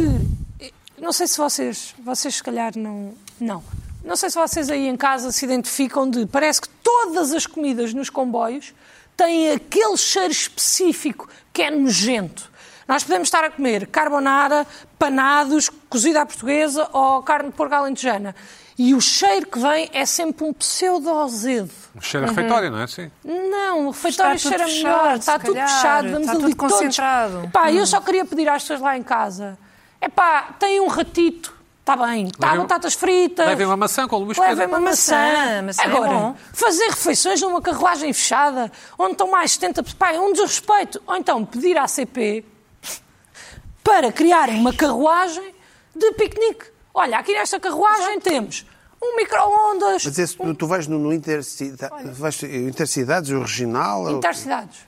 S4: Não sei se vocês. Vocês, se calhar, não. Não. Não sei se vocês aí em casa se identificam de. Parece que todas as comidas nos comboios têm aquele cheiro específico que é nojento. Nós podemos estar a comer carbonara, panados, cozida à portuguesa ou carne de porco alentejana. E o cheiro que vem é sempre um pseudo-azedo.
S1: Um cheiro
S3: Uhum.
S1: a refeitório, não é? Sim.
S4: Não, o refeitório
S11: Está tudo
S4: cheira
S11: fechado,
S4: melhor,
S11: se
S4: está tudo
S11: calhar,
S4: fechado, vamos
S11: está
S4: ali
S11: tudo
S4: todos.
S11: concentrado. Hum.
S4: Pá, eu só queria pedir às pessoas lá em casa: é pá, tem um ratito, está bem, está
S1: Levem-
S4: batatas fritas.
S1: Levem uma maçã com o Luís
S4: Levem
S1: Pedro.
S4: uma maçã.
S11: maçã, maçã é
S4: Agora,
S11: bom.
S4: fazer refeições numa carruagem fechada, onde estão mais 70 pessoas, pá, é um desrespeito. Ou então pedir à CP para criarem uma carruagem de piquenique. Olha, aqui nesta carruagem temos um micro-ondas,
S2: Mas é- esse, tu vais no, no intercida, vais, eh, Intercidades, o regional. ou-
S4: intercidades.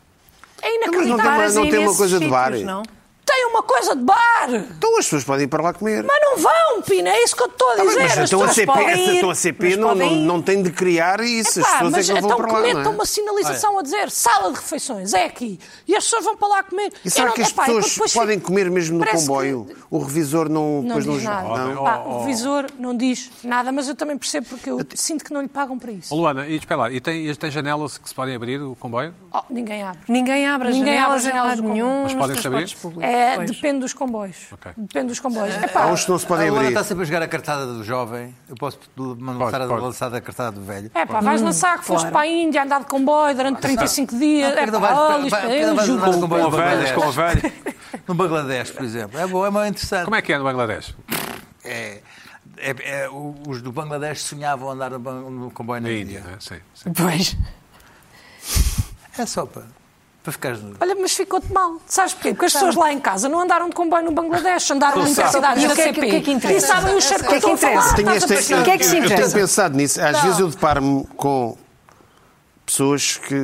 S2: Mas não
S4: É
S2: tem,
S4: inacreditável.
S2: uma,
S3: Bares
S2: não
S3: e
S2: tem uma
S3: nesses
S2: coisa de bar.
S3: sítios, não?
S4: Tem uma coisa de bar!
S2: Então as pessoas podem ir para lá comer.
S4: Mas não vão, Pina, é isso que eu te estou a
S2: Ah,
S4: dizer.
S2: mas
S4: As
S2: então a
S4: pessoas
S2: CP,
S4: podem
S2: essa-
S4: ir,
S2: então a CP
S4: mas
S2: não,
S4: podem
S2: não,
S4: ir.
S2: não tem de criar isso.
S4: Epá,
S2: as pessoas
S4: mas
S2: é que não vão
S4: então
S2: para lá.
S4: metam
S2: não é?
S4: uma sinalização a dizer sala de refeições, é aqui. E as pessoas vão para lá comer.
S2: E será
S4: Eu não-
S2: que as
S4: epá, e
S2: pessoas
S4: depois
S2: podem
S4: fico-
S2: comer mesmo no
S4: Parece
S2: comboio?
S4: que
S2: O revisor não.
S4: Não
S2: depois
S4: diz
S2: não-
S4: nada.
S2: não?
S4: Pá, o revisor não diz nada, mas eu também percebo porque eu sinto que não lhe pagam para
S1: Ó,
S4: isso.
S1: Luana, e espera lá, e tem, e tem janelas que se podem abrir o comboio?
S4: Oh, ninguém abre.
S3: Ninguém abre as
S4: Ninguém abre
S3: janelas
S4: as
S3: em
S4: janelas
S3: lado
S4: do comboio.
S3: nenhum.
S1: Mas
S3: nos
S1: podem
S3: transportes
S1: saber?
S3: públicos.
S4: É,
S3: Pois.
S4: depende dos comboios.
S1: Ok.
S4: Depende dos comboios.
S2: Há
S4: Epá,
S2: uns que não se podem
S5: Agora
S2: abrir.
S5: está sempre a jogar a cartada do jovem. Eu posso lançar, a,
S1: pode.
S5: lançar a cartada do velho.
S4: É pá, vais lançar que foste para a Índia andar de comboio durante 35 dias. É
S5: Porque não
S4: pá,
S5: vais-
S4: olha, isto
S5: vai-
S4: é
S5: não vais
S4: injusto.
S5: andar de comboio
S1: Com
S5: no Bangladesh.
S1: ovelhas, com ovelhas.
S5: No Bangladesh, por exemplo. É bom, é muito interessante.
S1: Como é que é no Bangladesh?
S5: É, é- é- o- os do Bangladesh sonhavam andar no, ban- no comboio na
S1: Na
S5: Índia.
S1: Índia, não é? Sim, sim.
S3: Pois.
S5: É só para, para ficares no.
S4: Olha, mas ficou-te mal. Sabes porquê? Porque as pessoas lá em casa não andaram de comboio no Bangladesh, andaram em cidades
S3: E o
S4: da
S3: que é que-
S4: CP.
S3: o que é que interessa?
S4: E sabem o cheiro que eu estou a
S2: Tenho
S4: falar. Estás a
S2: esta-
S4: perceber?
S3: O que é que se
S2: eu tenho
S3: interessa?
S2: pensado nisso. Às vezes eu deparo-me com pessoas que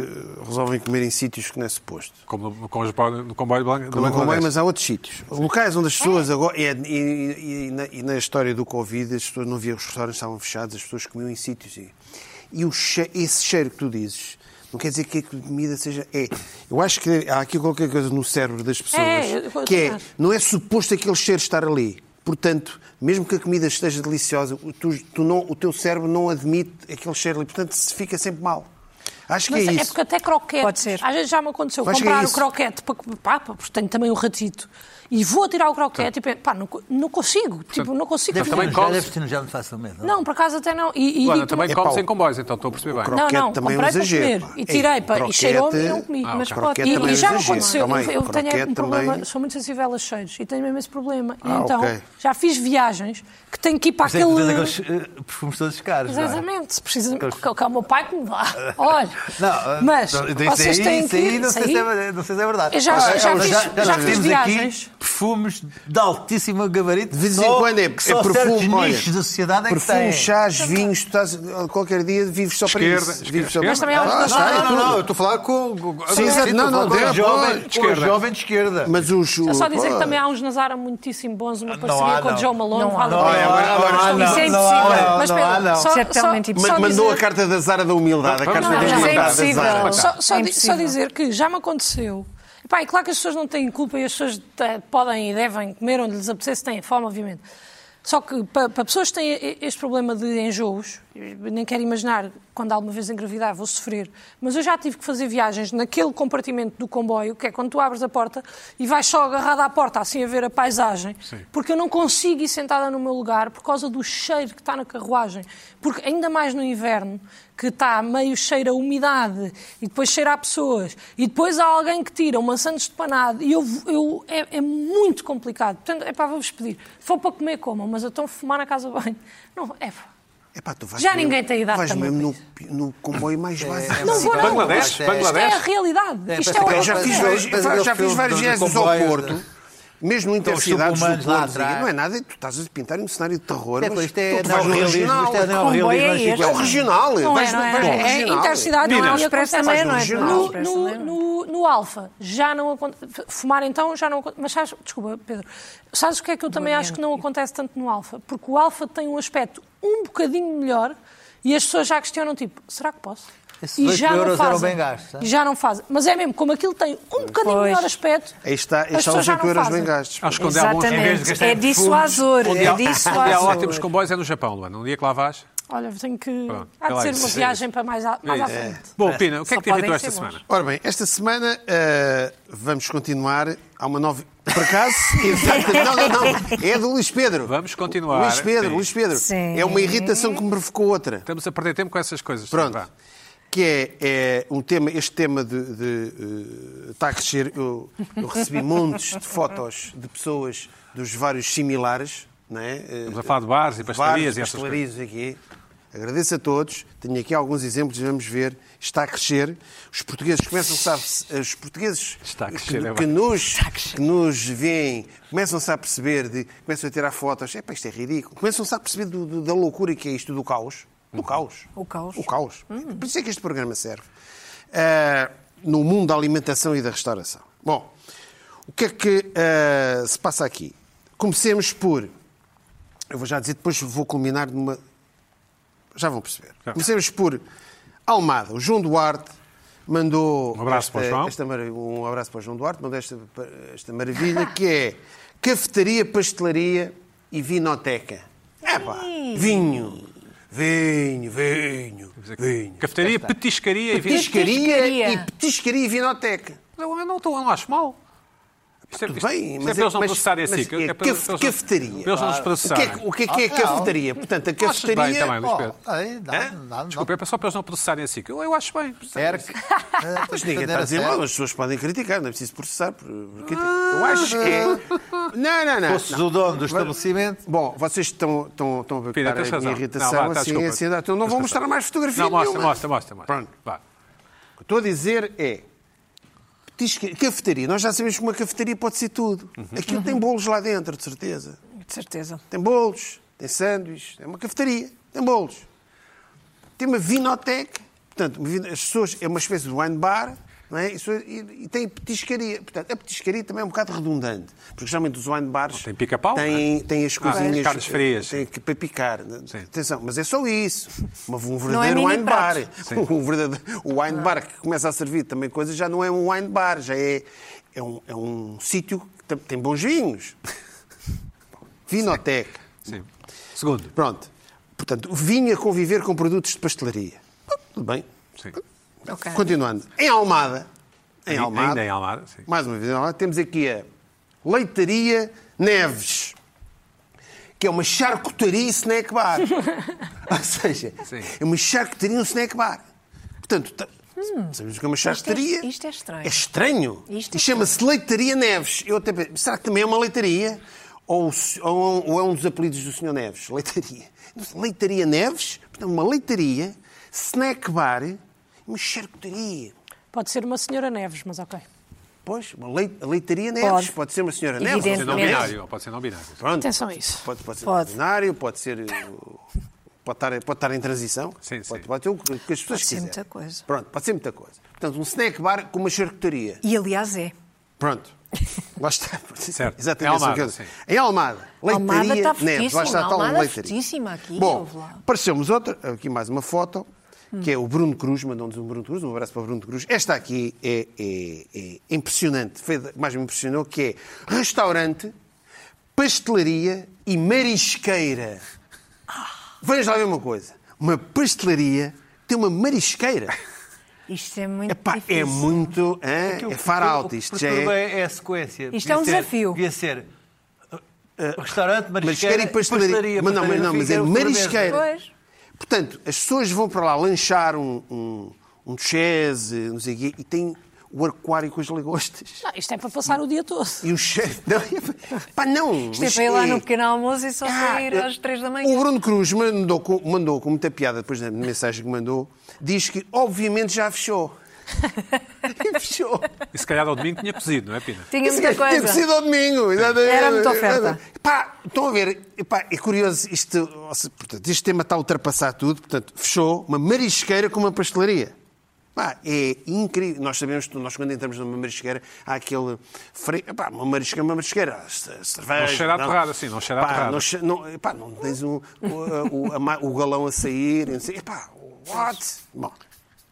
S2: resolvem comer em sítios que não é suposto.
S1: Como no, com os bo- no comboio blan- do
S2: Não é comboio,
S1: Bangladesh.
S2: mas há outros sítios. Locais onde as
S4: É.
S2: pessoas agora. E, e- e- e na, e na história do Covid, as pessoas não viam, os restaurantes estavam fechados, as pessoas comiam em sítios. E, e o che- esse cheiro que tu dizes. Não quer dizer que a comida seja. É. Eu acho que há aqui qualquer coisa no cérebro das pessoas
S4: É, eu- eu-
S2: que é.
S4: eu-
S2: Não é suposto aquele cheiro estar ali. Portanto, mesmo que a comida esteja deliciosa, o tu- tu não- o teu cérebro não admite aquele cheiro ali. Portanto, se fica sempre mal. Acho que
S4: Mas
S2: é
S4: é,
S2: isso.
S4: porque até croquete.
S3: Pode ser.
S4: Às vezes já me aconteceu
S2: Mas que é
S4: comprar o
S2: isso?
S4: croquete para comer papa, porque tenho também o ratito. E vou tirar o croquete e penso, pá, não, co- não consigo. tipo, não consigo
S5: Deve
S4: comer.
S1: também
S5: também
S1: comes.
S5: Deve ter já muito facilmente.
S4: Não, por acaso até não. E, e
S1: Luana,
S4: digo-te
S1: também
S2: É
S1: comes
S2: pau.
S1: em comboios, então estou a perceber bem.
S2: croque-
S4: Não,
S2: Croquete
S4: não,
S2: também é um
S4: comprei para
S2: exagero,
S4: comer.
S2: pá.
S4: E tirei,
S2: Ei,
S4: pá, e cheirou-me e não comi.
S2: croquete-
S1: Ah,
S4: mas
S1: ok.
S4: pode.
S2: Croquete
S4: E,
S2: também
S4: e
S2: é
S4: já me
S2: exagero.
S4: aconteceu.
S2: Calma aí,
S4: eu tenho um
S2: croquete
S4: problema,
S2: também-
S4: sou muito sensível a cheiros e tenho mesmo esse problema. E
S2: Ah,
S4: então,
S2: ok.
S4: já fiz viagens que tenho que ir para
S5: Mas tem que fazer
S4: aquele...
S5: aqueles eh, perfumes todos caros. não é?
S4: Exatamente, se precisa que que é o meu pai que me dá. Olha,
S5: Não,
S4: mas
S5: não, isso
S4: vocês
S5: aí-
S4: têm
S5: isso
S4: que
S5: aí
S4: ir-
S5: não,
S4: isso
S5: sei Se
S4: aí-
S5: é, ver- não sei se é verdade.
S4: Eu já-
S5: Ah,
S4: já fiz- já
S5: já
S4: fiz
S5: temos
S4: viagens.
S5: aqui perfumes de altíssimo gabarito.
S2: De vez em
S5: só-
S2: quando é-
S5: que
S2: é
S5: só
S2: perfume,
S5: certos
S2: olha,
S5: nichos da sociedade é que
S2: Perfume,
S5: têm.
S2: chás, vinhos, tu estás, eh, qualquer dia vives só
S1: Esquerda,
S2: para isso.
S1: esquerda,
S2: Vives só
S1: esquerda. Mas
S2: para
S4: também há
S2: isso.
S4: uns
S2: Ah,
S4: da
S2: está,
S5: Não, não,
S2: tudo.
S5: não, eu estou a falar com, com,
S2: Sim,
S5: não,
S2: exato,
S5: estou
S2: não,
S5: a falar
S2: não,
S5: com
S2: deve-
S5: a um jovem,
S2: pode,
S5: com a
S1: esquerda.
S5: jovem de esquerda.
S2: Mas os...
S4: Deixa só dizer que
S2: pô,
S4: também há uns Nazara muitíssimo bons, uma
S5: Não
S4: parceria
S5: há,
S4: com o
S5: não.
S4: Joe Malone.
S3: Não há.
S4: vale
S3: Não
S4: a
S5: há,
S4: pena.
S5: não há,
S4: Mas
S5: não há,
S4: isso é
S5: não há,
S4: impossível.
S5: não
S4: Mas
S5: há,
S4: espera,
S5: não há.
S4: só-
S3: Isso é
S4: só-
S3: totalmente impossível.
S2: Ma-
S4: só
S2: Mandou a
S4: dizer-
S2: carta da Zara da humildade. A
S1: Vamos
S2: carta da
S1: mandar.
S2: humildade
S3: É
S2: da Zara.
S3: impossível.
S4: Só, só
S3: É
S4: di- só
S3: impossível.
S4: dizer que já me aconteceu. E, pá, e claro que as pessoas não têm culpa e as pessoas eh, podem e devem comer onde lhes apetece, têm fome, obviamente. Só que para, para pessoas que têm e- este problema de enjoos, eu nem quero imaginar quando alguma vez engravidar vou sofrer, mas eu já tive que fazer viagens naquele compartimento do comboio, que é quando tu abres a porta e vais só agarrada à porta, assim a ver a paisagem, porque eu não consigo ir sentada no meu lugar por causa do cheiro que está na carruagem. Porque ainda mais no inverno, que está meio cheiro a umidade e depois cheira a pessoas e depois há alguém que tira uma sandes de panado e eu, eu- é, é muito complicado. Portanto, é pá, vou-vos pedir. Se for para comer, comam, mas eu estou a fumar na casa de banho. Não, é pá.
S2: Epá, tu vais
S4: Já
S2: mesmo-
S4: ninguém tem idade
S2: Vais
S4: também
S2: mesmo no, no comboio mais básico.
S4: Não vou, não.
S1: Bangladesh,
S5: É,
S4: Isto é a
S1: Bangladesh.
S4: realidade.
S5: É,
S4: Isto é
S5: parece
S4: outra
S5: que
S2: Eu já
S4: coisa.
S2: fiz várias,
S5: Mas aquele
S2: já fiz
S5: filme
S2: várias
S5: do- do
S2: viagens ao
S5: comboio,
S2: Porto.
S4: é?
S2: Mesmo
S5: Então,
S2: no Intercidades do
S5: humanos lá
S2: Porto,
S5: atrás.
S2: não é nada, tu estás a pintar um cenário de terror.
S5: É,
S2: mas
S5: pois, isto é
S2: tu vais no
S5: neorrealismo,
S2: regional.
S5: isto é um
S3: comboio é
S5: neorrealismo.
S3: este?
S2: É o regional.
S4: Não
S2: vais
S4: é,
S2: no-
S4: não é,
S2: vais
S4: não
S2: no
S4: é. É
S2: regional.
S4: intercidade, não é
S1: Pina.
S4: e
S3: Expresso
S4: acontece-
S3: também não é,
S2: Original.
S4: No,
S3: Expresso
S4: no-
S3: também não.
S4: no- no Alfa, já não acontece. Fumar então já não acontece. Mas sabes, desculpa, Pedro, sabes o que é que eu também acho que não acontece tanto no Alfa? Porque o Alfa tem um aspecto um bocadinho melhor e as pessoas já questionam, tipo, será que posso?
S5: Esses dois euros eram bem gastos, é?
S4: e já não fazem. Mas é mesmo, como aquilo tem um bocadinho
S3: Pois.
S4: melhor aspecto.
S2: Aí está, aí
S4: as
S2: está
S4: pessoas
S2: os
S4: já não
S2: 8 euros
S4: fazem.
S2: bem gastos.
S1: Acho que onde há bons
S5: em vez de
S3: Exatamente.
S5: gastar
S3: É
S5: em perfumes,
S3: dissuasor.
S1: onde
S3: É
S1: há- onde há ótimos
S3: dissuasor.
S1: comboios é no Japão, Luana. Um dia que lá vais.
S4: Olha, tenho que.
S1: Pronto,
S4: há
S1: vai
S4: de
S1: lá,
S4: ser uma
S1: isso.
S4: viagem para mais,
S1: É
S4: a- mais à frente.
S1: Bom, Pina, o que é
S3: Só
S1: que te irritou
S3: podem
S1: esta
S3: ser bons.
S1: semana?
S2: Ora bem, esta semana ah, vamos continuar. Há uma nova. Por acaso? Exatamente. Não, não, não. É do Luís Pedro.
S1: Vamos continuar.
S2: Luís Pedro,
S1: Sim.
S2: Luís Pedro.
S3: Sim.
S2: É uma irritação que me provocou outra.
S1: Estamos a perder tempo com essas coisas.
S2: Pronto.
S1: Vá.
S2: Que é, é um tema, este tema de, de eh, está a crescer. Eu, eu recebi montes de fotos de pessoas dos vários similares, não é?
S1: Estamos a falar de bares e pastelarias e essas
S2: pastelarias aqui. Agradeço a todos. Tenho aqui alguns exemplos, vamos ver. Está a crescer. Os portugueses começam a eh, os portugueses
S1: Está a crescer,
S2: que,
S1: é
S2: que
S1: bem.
S2: nos que nos veem, começam-se a perceber, de, começam a tirar fotos. Epá, isto é ridículo. Começam-se a perceber do- do- da loucura que é isto, do caos.
S1: Uhum.
S2: Do caos.
S3: O caos. Uhum.
S2: O caos. Por isso é que este programa serve. Ah, no mundo da alimentação e da restauração. Bom, o que é que ah, se passa aqui? Comecemos por. Eu vou já dizer, depois vou culminar numa. Já vão perceber.
S1: Já.
S2: Comecemos por Almada. O João Duarte mandou.
S1: Um abraço
S2: esta,
S1: para o João.
S2: esta mara- um abraço para o João Duarte, mandou esta, esta maravilha que é cafetaria, pastelaria e vinoteca. É pá! Vinho! Vinho, vinho, vinho.
S1: Cafetaria, petiscaria e vinho.
S2: Petiscaria
S3: Petiscaria.
S2: e petiscaria e vinoteca.
S1: Eu não, estou, não acho mal. Isto é,
S2: Tudo
S1: isto-
S2: bem,
S1: isto é
S2: mas
S1: para eles não
S2: mas-
S1: processarem assim.
S2: mas
S1: que- é
S2: é
S1: para eles- para
S2: caf-
S1: eles não-
S2: cafetaria.
S1: Para eles não nos
S2: O que é,
S1: processarem.
S2: que- o que é que é
S5: Ah, não.
S2: cafetaria? Portanto, a
S1: Achas bem
S2: cafetaria.
S1: também, Luís Pedro.
S5: Oh, aí, não,
S2: Hã?
S5: não, não,
S1: Desculpa, é só para eles não processarem assim. que Eu, eu acho bem.
S5: Cerc.
S2: Mas ninguém está a dizer mal, as pessoas podem criticar, não é preciso processar. por- por criticar. Eu acho que é. Não, não, não.
S5: Ah. Fosses o dono do estabelecimento.
S2: Bom, vocês estão, estão, estão a ver
S1: Pina,
S2: para
S1: tens
S2: a minha
S1: razão.
S2: irritação,
S1: Não, vá, tá,
S2: assim,
S1: desculpa.
S2: ansiedade. Então não
S1: Tens
S2: vou
S1: razão.
S2: mostrar mais fotografia
S1: Não, mostra,
S2: nenhuma.
S1: mostra, mostra. mostra.
S2: Pronto.
S1: Vá.
S2: O que estou a dizer é... petisca- Cafetaria. Nós já sabemos que uma cafetaria pode ser tudo.
S1: Uhum.
S2: Aquilo tem bolos lá dentro, de certeza.
S3: De certeza.
S2: Tem bolos, tem sanduíches, é uma cafetaria, tem bolos. Tem uma vinoteca, portanto, uma vino- as pessoas, é uma espécie de wine bar, não é? E, so- e- e tem petiscaria. Portanto, a petiscaria também é um bocado redundante, porque geralmente os wine bars
S1: Tem pica-pau, é? Ah,
S2: têm, têm as coisinhas...
S1: carnes frias.
S2: Tem que, para picar.
S1: Sim.
S2: Atenção, mas é só isso. Uma, um
S3: Não é
S2: verdadeiro
S3: mini
S2: wine bar.
S3: prato.
S2: Um verdadeiro, o wine bar que começa a servir também coisas já não é um wine bar, já é, é um, é um sítio que tem- tem bons vinhos. Vinoteca.
S1: Sim. Segundo.
S2: Pronto. Portanto, vinha conviver com produtos de pastelaria. Ah, Tudo bem.
S1: Sim.
S3: Ok.
S2: Continuando. Em Almada. Em
S1: Ainda-
S2: Almada.
S1: ainda em Almada, sim.
S2: Mais uma vez em Almada. Temos aqui a Leitaria Neves. Que é uma charcutaria e snack bar. Ou seja,
S1: Sim.
S2: é uma charcutaria e um snack bar. Portanto, ta- sabemos o que é uma charcutaria.
S3: isto é estranho.
S2: É estranho.
S3: Isto é
S2: E chama-se Leitaria Neves. Eu até pensei, será que também é uma leitaria? Ou, o se- ou- ou é um dos apelidos do Sr. Neves? Leitaria. Leitaria Neves, portanto, uma leitaria, snack bar, e uma charcutaria.
S4: Pode ser uma senhora Neves, mas ok.
S2: Pois, uma lei- a leitaria Neves. Pode,
S3: Pode.
S2: ser uma senhora Neves.
S1: Pode ser não
S3: Evidentemente.
S1: binário. Pode ser não binário.
S2: Pronto.
S4: Atenção a isso.
S2: Pode, pode ser um
S3: Pode.
S2: binário, pode ser. uh, Pode estar, pode estar em transição.
S1: Sim, sim.
S2: Pode, pode ter o que o que as pessoas
S3: Pode ser
S2: quiserem.
S3: muita coisa.
S2: Pronto, pode ser muita coisa. Portanto, um snack bar com uma charcutaria.
S3: E aliás é.
S2: Pronto. Lá está.
S1: Certo.
S2: Exatamente.
S1: Em Almada,
S2: o que eu-
S1: sim.
S2: Em Almada. Leitaria
S3: Almada está
S2: Neves. Lá está
S3: fortíssima,
S2: a tal
S3: Almada
S2: leitaria.
S3: fortíssima aqui,
S2: Bom,
S3: ouve lá.
S2: apareceu-nos outra. Aqui mais uma foto.
S3: Hum.
S2: Que é o Bruno Cruz, mandou-nos um Bruno Cruz, um abraço para o Bruno Cruz. Esta aqui é, é- é impressionante, foi a que mais me impressionou, que é restaurante, pastelaria e marisqueira.
S3: Ah.
S2: Vamos lá ver uma coisa, uma pastelaria tem uma marisqueira.
S3: Isto é muito
S2: Epá, é
S3: difícil.
S2: muito, hã? é faralto, isto já é...
S5: é a sequência.
S3: Isto é um
S5: Devia ser-
S3: desafio.
S5: Devia ser uh, uh, restaurante, marisqueira,
S2: Marisqueira e pastelaria. Mas não, mas não, mas é
S5: fica o
S2: marisqueira.
S3: Pois.
S2: Portanto, as pessoas vão para lá lanchar um, um, um duchese, não sei o quê, e tem o aquário com as lagostas.
S4: Não, isto é para passar o dia todo.
S2: E o chefe. Não, é- pá, não.
S3: Isto é
S2: mas
S3: para ir lá
S2: é-
S3: no pequeno almoço e só
S2: Ah,
S3: sair
S2: eu-
S3: às três da
S2: O
S3: manhã.
S2: Bruno Cruz mandou, com- mandou com muita piada depois da mensagem que mandou, diz que obviamente já fechou. fechou.
S1: E se calhar ao domingo tinha cozido, não é, Pina?
S3: Tinha muita
S2: gajo Tinha
S3: coisa.
S2: sido ao domingo. exatamente.
S3: Era muita oferta.
S2: Pá, estão a ver, pá, é curioso, isto, ou seja, portanto, este tema está a ultrapassar tudo, portanto, fechou uma marisqueira com uma pastelaria. Pá, é incrível. Nós sabemos que nós quando entramos numa marisqueira há aquele freio. Pá, uma marisqueira, uma marisqueira. ce- Cerveja,
S1: Não cheira a torrada, sim, não cheira a
S2: pá,
S1: torrada.
S2: Não, che- não, pá, não tens um, o, o, o- a ma- o galão a sair. e Não sei, pá, what? Bom,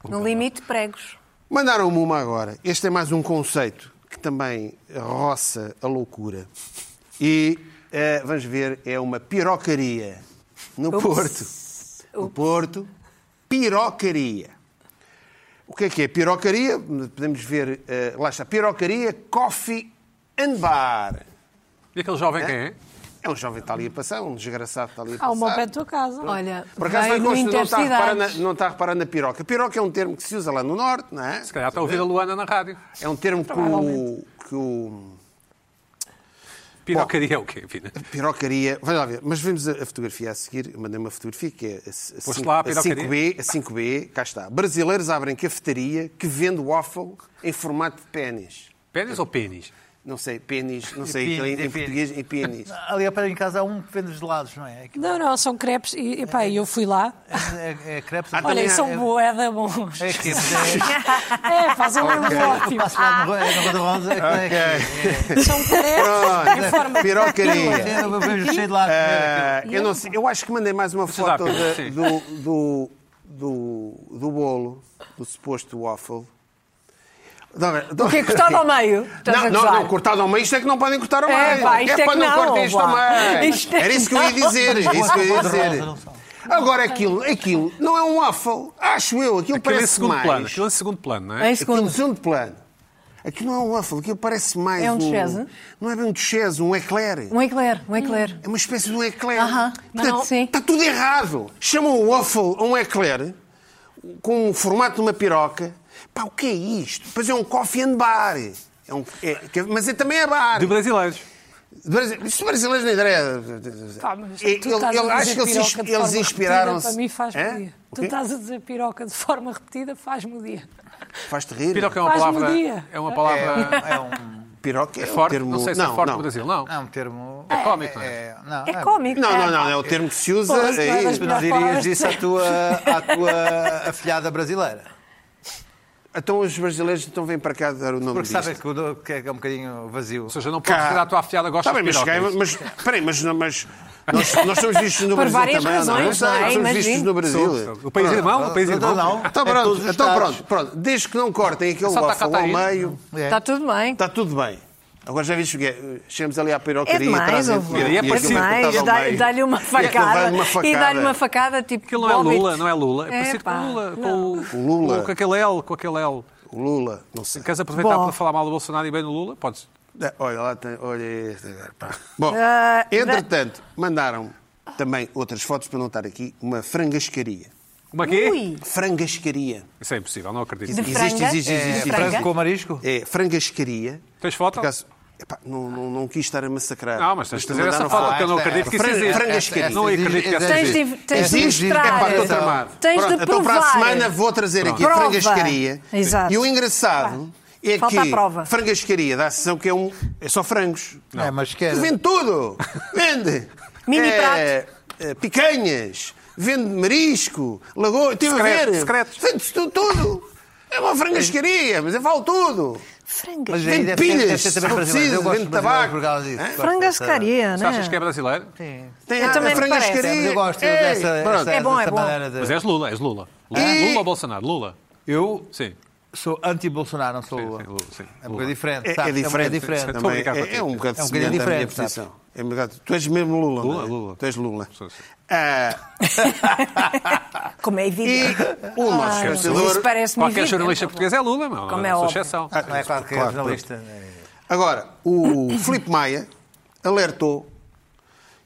S3: No limite, pregos.
S2: Mandaram-me uma agora. Este é mais um conceito que também roça a loucura. E eh, vamos ver, é uma pirocaria no Porto. No Porto, pirocaria. O que é que é pirocaria? Podemos ver, eh, lá está, pirocaria, coffee and bar.
S1: E aquele jovem quem é?
S2: É um jovem que está ali a passar, um desgraçado que está ali a passar.
S4: Há uma ao pé da tua casa.
S3: Olha,
S2: Por acaso
S3: veio
S2: não, é
S3: no
S2: não, está a reparar na,
S3: Intercidades.
S2: não está a reparar na piroca. Piroca é um termo que se usa lá no Norte, não é?
S1: Se calhar
S2: um
S1: está a ouvir a Luana na rádio.
S2: É um termo que o, que o.
S1: Pirocaria é o quê, Pina?
S2: Pirocaria, vamos lá ver, mas vemos a, a fotografia a seguir, eu mandei uma fotografia que é a, c- a,
S1: Foste
S2: cinco-
S1: lá à
S2: a
S1: pirocaria?
S2: 5B, a 5B, cá está. Brasileiros abrem cafetaria que vende waffle em formato de pênis.
S1: Pênis ou pênis?
S2: Não sei, pênis, não sei,
S5: pênis,
S2: aquilo em,
S5: é
S2: em português, em pênis.
S5: Ali a pé em casa há um que vende gelados, não é?
S4: Não, não, são crepes. E, epá, eu fui lá.
S5: É, é, é crepes.
S2: Ah, tá.
S4: Olha,
S2: Também
S4: e são
S2: é-
S4: boeda bons.
S5: É que é,
S4: É, fazem mesmo
S5: eu
S4: ótimo.
S5: passo lá no, é, no Rua da Ronda. é que é aqui.
S4: São crepes em forma de
S2: Pirocaria.
S5: É, Eu vejo cheio de lá.
S2: Ah, eu não sei, eu acho que mandei mais uma
S1: Precisa
S2: foto
S1: rápido,
S2: da-
S1: sim.
S2: do, do, do, do bolo, do suposto waffle. O
S3: Que é cortado ao meio. Estás
S2: Não,
S3: a
S2: não,
S3: gozar.
S2: não, cortado ao meio, isto é que não podem cortar ao meio.
S3: É, pá, isto é
S2: para
S3: que
S2: não,
S3: não,
S2: cortar isto ao
S3: pá.
S2: meio.
S3: Isto é
S2: Era isso que eu ia
S3: que
S2: dizer, era isso que eu ia dizer.
S5: Não são.
S2: Agora, aquilo, aquilo não é um waffle, acho eu, aquilo
S1: Aquilo em
S2: parece
S1: é segundo
S2: mais.
S1: plano. Aquilo em segundo plano, não é?
S3: Em
S2: Aquilo
S3: segundo.
S2: em segundo plano. Aquilo não é um waffle, aquilo parece mais
S3: É um duchesse?
S2: Não é bem um duchesse, um eclair.
S3: Um eclair, um eclair.
S2: É uma espécie de um eclair.
S3: Aham, mas não- sim.
S2: Está tudo errado. Chamam o waffle a um eclair com o formato de uma piroca. Pá, o que é isto? Pois é um coffee and bar. É um- é- que- mas é, também é bar.
S1: De brasileiros.
S2: Brasi- Isto brasileiros não ideia.
S4: Pá, mas tu
S2: Ele-
S4: estás a
S2: ele-
S4: dizer
S2: acho que eles,
S4: piroca de
S2: eles
S4: forma
S2: inspiraram-se.
S4: repetida, Para mim faz-me
S2: Hã?
S4: o dia.
S2: O
S4: Tu
S2: quê?
S4: estás a dizer piroca de forma repetida, faz-me o dia.
S2: Faz-te rir.
S1: Piroca é uma
S4: Faz-me
S1: palavra.
S4: um dia.
S1: É uma
S5: É um-
S1: palavra.
S5: é um-
S2: Piroca é,
S1: É
S2: um
S1: forte.
S2: termo-
S1: Não sei se é forte no Brasil, não.
S5: é um termo.
S1: É cómico, não é?
S5: não,
S3: É cómico.
S2: ah, Não, não, não. É o termo que se usa.
S4: Pô, mas não é
S2: é
S4: das
S5: Tu
S2: isso.
S5: não
S4: melhores
S5: dirias
S4: palavras.
S5: isso à tua, à tua afilhada brasileira.
S2: Então os brasileiros então vêm para cá dar o nome
S5: Porque
S2: disto.
S5: sabem que, o- que é um bocadinho vazio.
S1: Ou seja, não podes dizer à tua afiada gosta
S2: Está
S1: de
S2: Tá bem,
S1: pirocas.
S2: mas, cheguei, mas, peraí, mas, não- mas nós, nós somos vistos no
S3: Por
S2: Brasil
S3: várias
S2: também,
S3: razões,
S2: não
S3: não
S2: é?
S3: é?
S2: Nós somos vistos
S3: Imagino.
S2: no Brasil.
S1: O país irmão? O país
S5: Não,
S1: irmão?
S5: não.
S2: Então
S5: É todos
S2: pronto,
S5: os
S2: então
S5: estados.
S2: pronto, pronto. Desde que não cortem aquele
S1: Só
S2: waffle
S1: tacatar
S2: ao
S1: isso.
S2: meio,
S3: Está tudo bem.
S2: está tudo bem. Agora já viste o que é? Chegamos ali à pirocaria
S3: É demais,
S2: trazem
S3: ouve lá.
S2: comida,
S1: E é
S2: aquilo
S1: parecido.
S2: cortado ao
S3: demais. dá-
S2: meio.
S3: Dá-lhe um- uma
S2: aquilo vai
S3: facada.
S2: numa
S3: E dá-lhe
S2: facada.
S3: uma facada tipo.
S1: Aquilo não é
S3: Hobbit.
S1: Lula, não é Lula. É parecido
S3: pá,
S1: com o Lula.
S3: não.
S1: Com o-
S2: O Lula.
S1: Com aquele L, com aquele L.
S2: O Lula, não sei.
S1: Queres aproveitar
S3: Bom.
S1: para falar mal do Bolsonaro e bem do Lula? Podes.
S2: É, Olha lá, tem, olha este agora, pá. Bom,
S3: Ah,
S2: entretanto, mandaram também outras fotos para não estar aqui, uma frangascaria.
S1: Uma quê?
S3: Ui.
S2: Frangascaria.
S1: Isso é impossível, não acredito.
S3: De
S2: Existe,
S3: franga?
S2: existe, existe,
S5: É,
S3: Franga?
S5: frango com marisco?
S2: É, frangascaria.
S1: Tens foto?
S2: Por acaso, epá, não, não, não quis estar a massacrar.
S1: Não, mas tens de fazer essa
S2: mandaram
S1: foto,
S5: falar.
S1: porque eu não
S5: Ah, esta-
S1: acredito que isso
S2: Fran-
S1: existe. é
S2: frangascaria.
S1: Não acredito que isso
S3: Tens
S1: existe.
S3: de,
S2: É
S3: tens de
S2: Existe?
S3: mostrar.
S2: Epá, estou
S5: tramado.
S3: Tens de
S2: Pronto, então para a
S3: provar.
S2: semana vou trazer aqui
S3: Prova.
S2: a frangascaria.
S3: Exato.
S2: E o engraçado é
S3: Falta
S2: que
S3: a prova.
S2: frangascaria dá a sensação que é, um, é só frangos.
S5: É, mas que era-
S2: Vende tudo! Vende!
S3: Mini
S2: eh, eh, Picanhas, vende marisco, lagoa, tive a
S1: Secreto,
S2: ver.
S1: secretos.
S2: Vende-se tudo, tudo! É uma frangascaria, mas eu falo tudo!
S3: Franga.
S5: Mas
S2: Vende
S5: aí deve ser- deve
S2: pilhas,
S5: ser também
S2: se for
S5: brasileiro.
S2: preciso,
S5: Eu gosto
S2: vende
S5: de É? brasileiros
S2: tabaco.
S5: por causa disso. Gosto
S3: Frangascaria,
S1: Tu
S3: não
S1: achas que é
S3: é?
S1: brasileiro?
S2: Tem
S3: Eu
S2: a-
S3: também
S2: a
S3: me parece.
S2: frangascaria.
S5: Mas eu gosto
S2: Ei,
S5: dessa,
S2: pronto.
S5: essa-
S3: É bom, é
S5: dessa
S3: bom.
S5: maneira de...
S1: Mas és Lula, és Lula. Lula,
S2: E-
S1: Lula ou Bolsonaro? Lula.
S5: Eu
S1: Sim.
S5: sou anti-Bolsonaro, não sou
S1: Sim,
S5: Lula.
S1: sim, Lula, sim,
S5: É um
S1: Lula.
S5: bocado diferente.
S2: É, é
S5: sabe?
S2: diferente.
S5: É um bocado diferente.
S1: Estou a
S2: Também
S1: brincar
S2: é,
S1: contigo.
S2: é um bocado
S5: É um bocadinho
S2: semelhante à minha
S5: diferente,
S2: posição. É um bocado... Tu és mesmo Lula,
S1: Lula,
S2: não é?
S1: Lula.
S2: Tu és Lula.
S1: Sim, sim.
S2: Ah,
S3: Como é
S2: e
S3: evidente.
S2: o nosso
S3: Ai,
S2: pensador...
S3: Isso parece-me
S1: Qualquer
S3: evidente.
S1: jornalista português é Lula, não.
S3: Como
S1: não
S3: é
S1: sou
S3: óbvio.
S1: exceção.
S2: Ah,
S5: Não é claro que é
S2: Claro,
S5: jornalista.
S2: Agora, o Filipe Maia alertou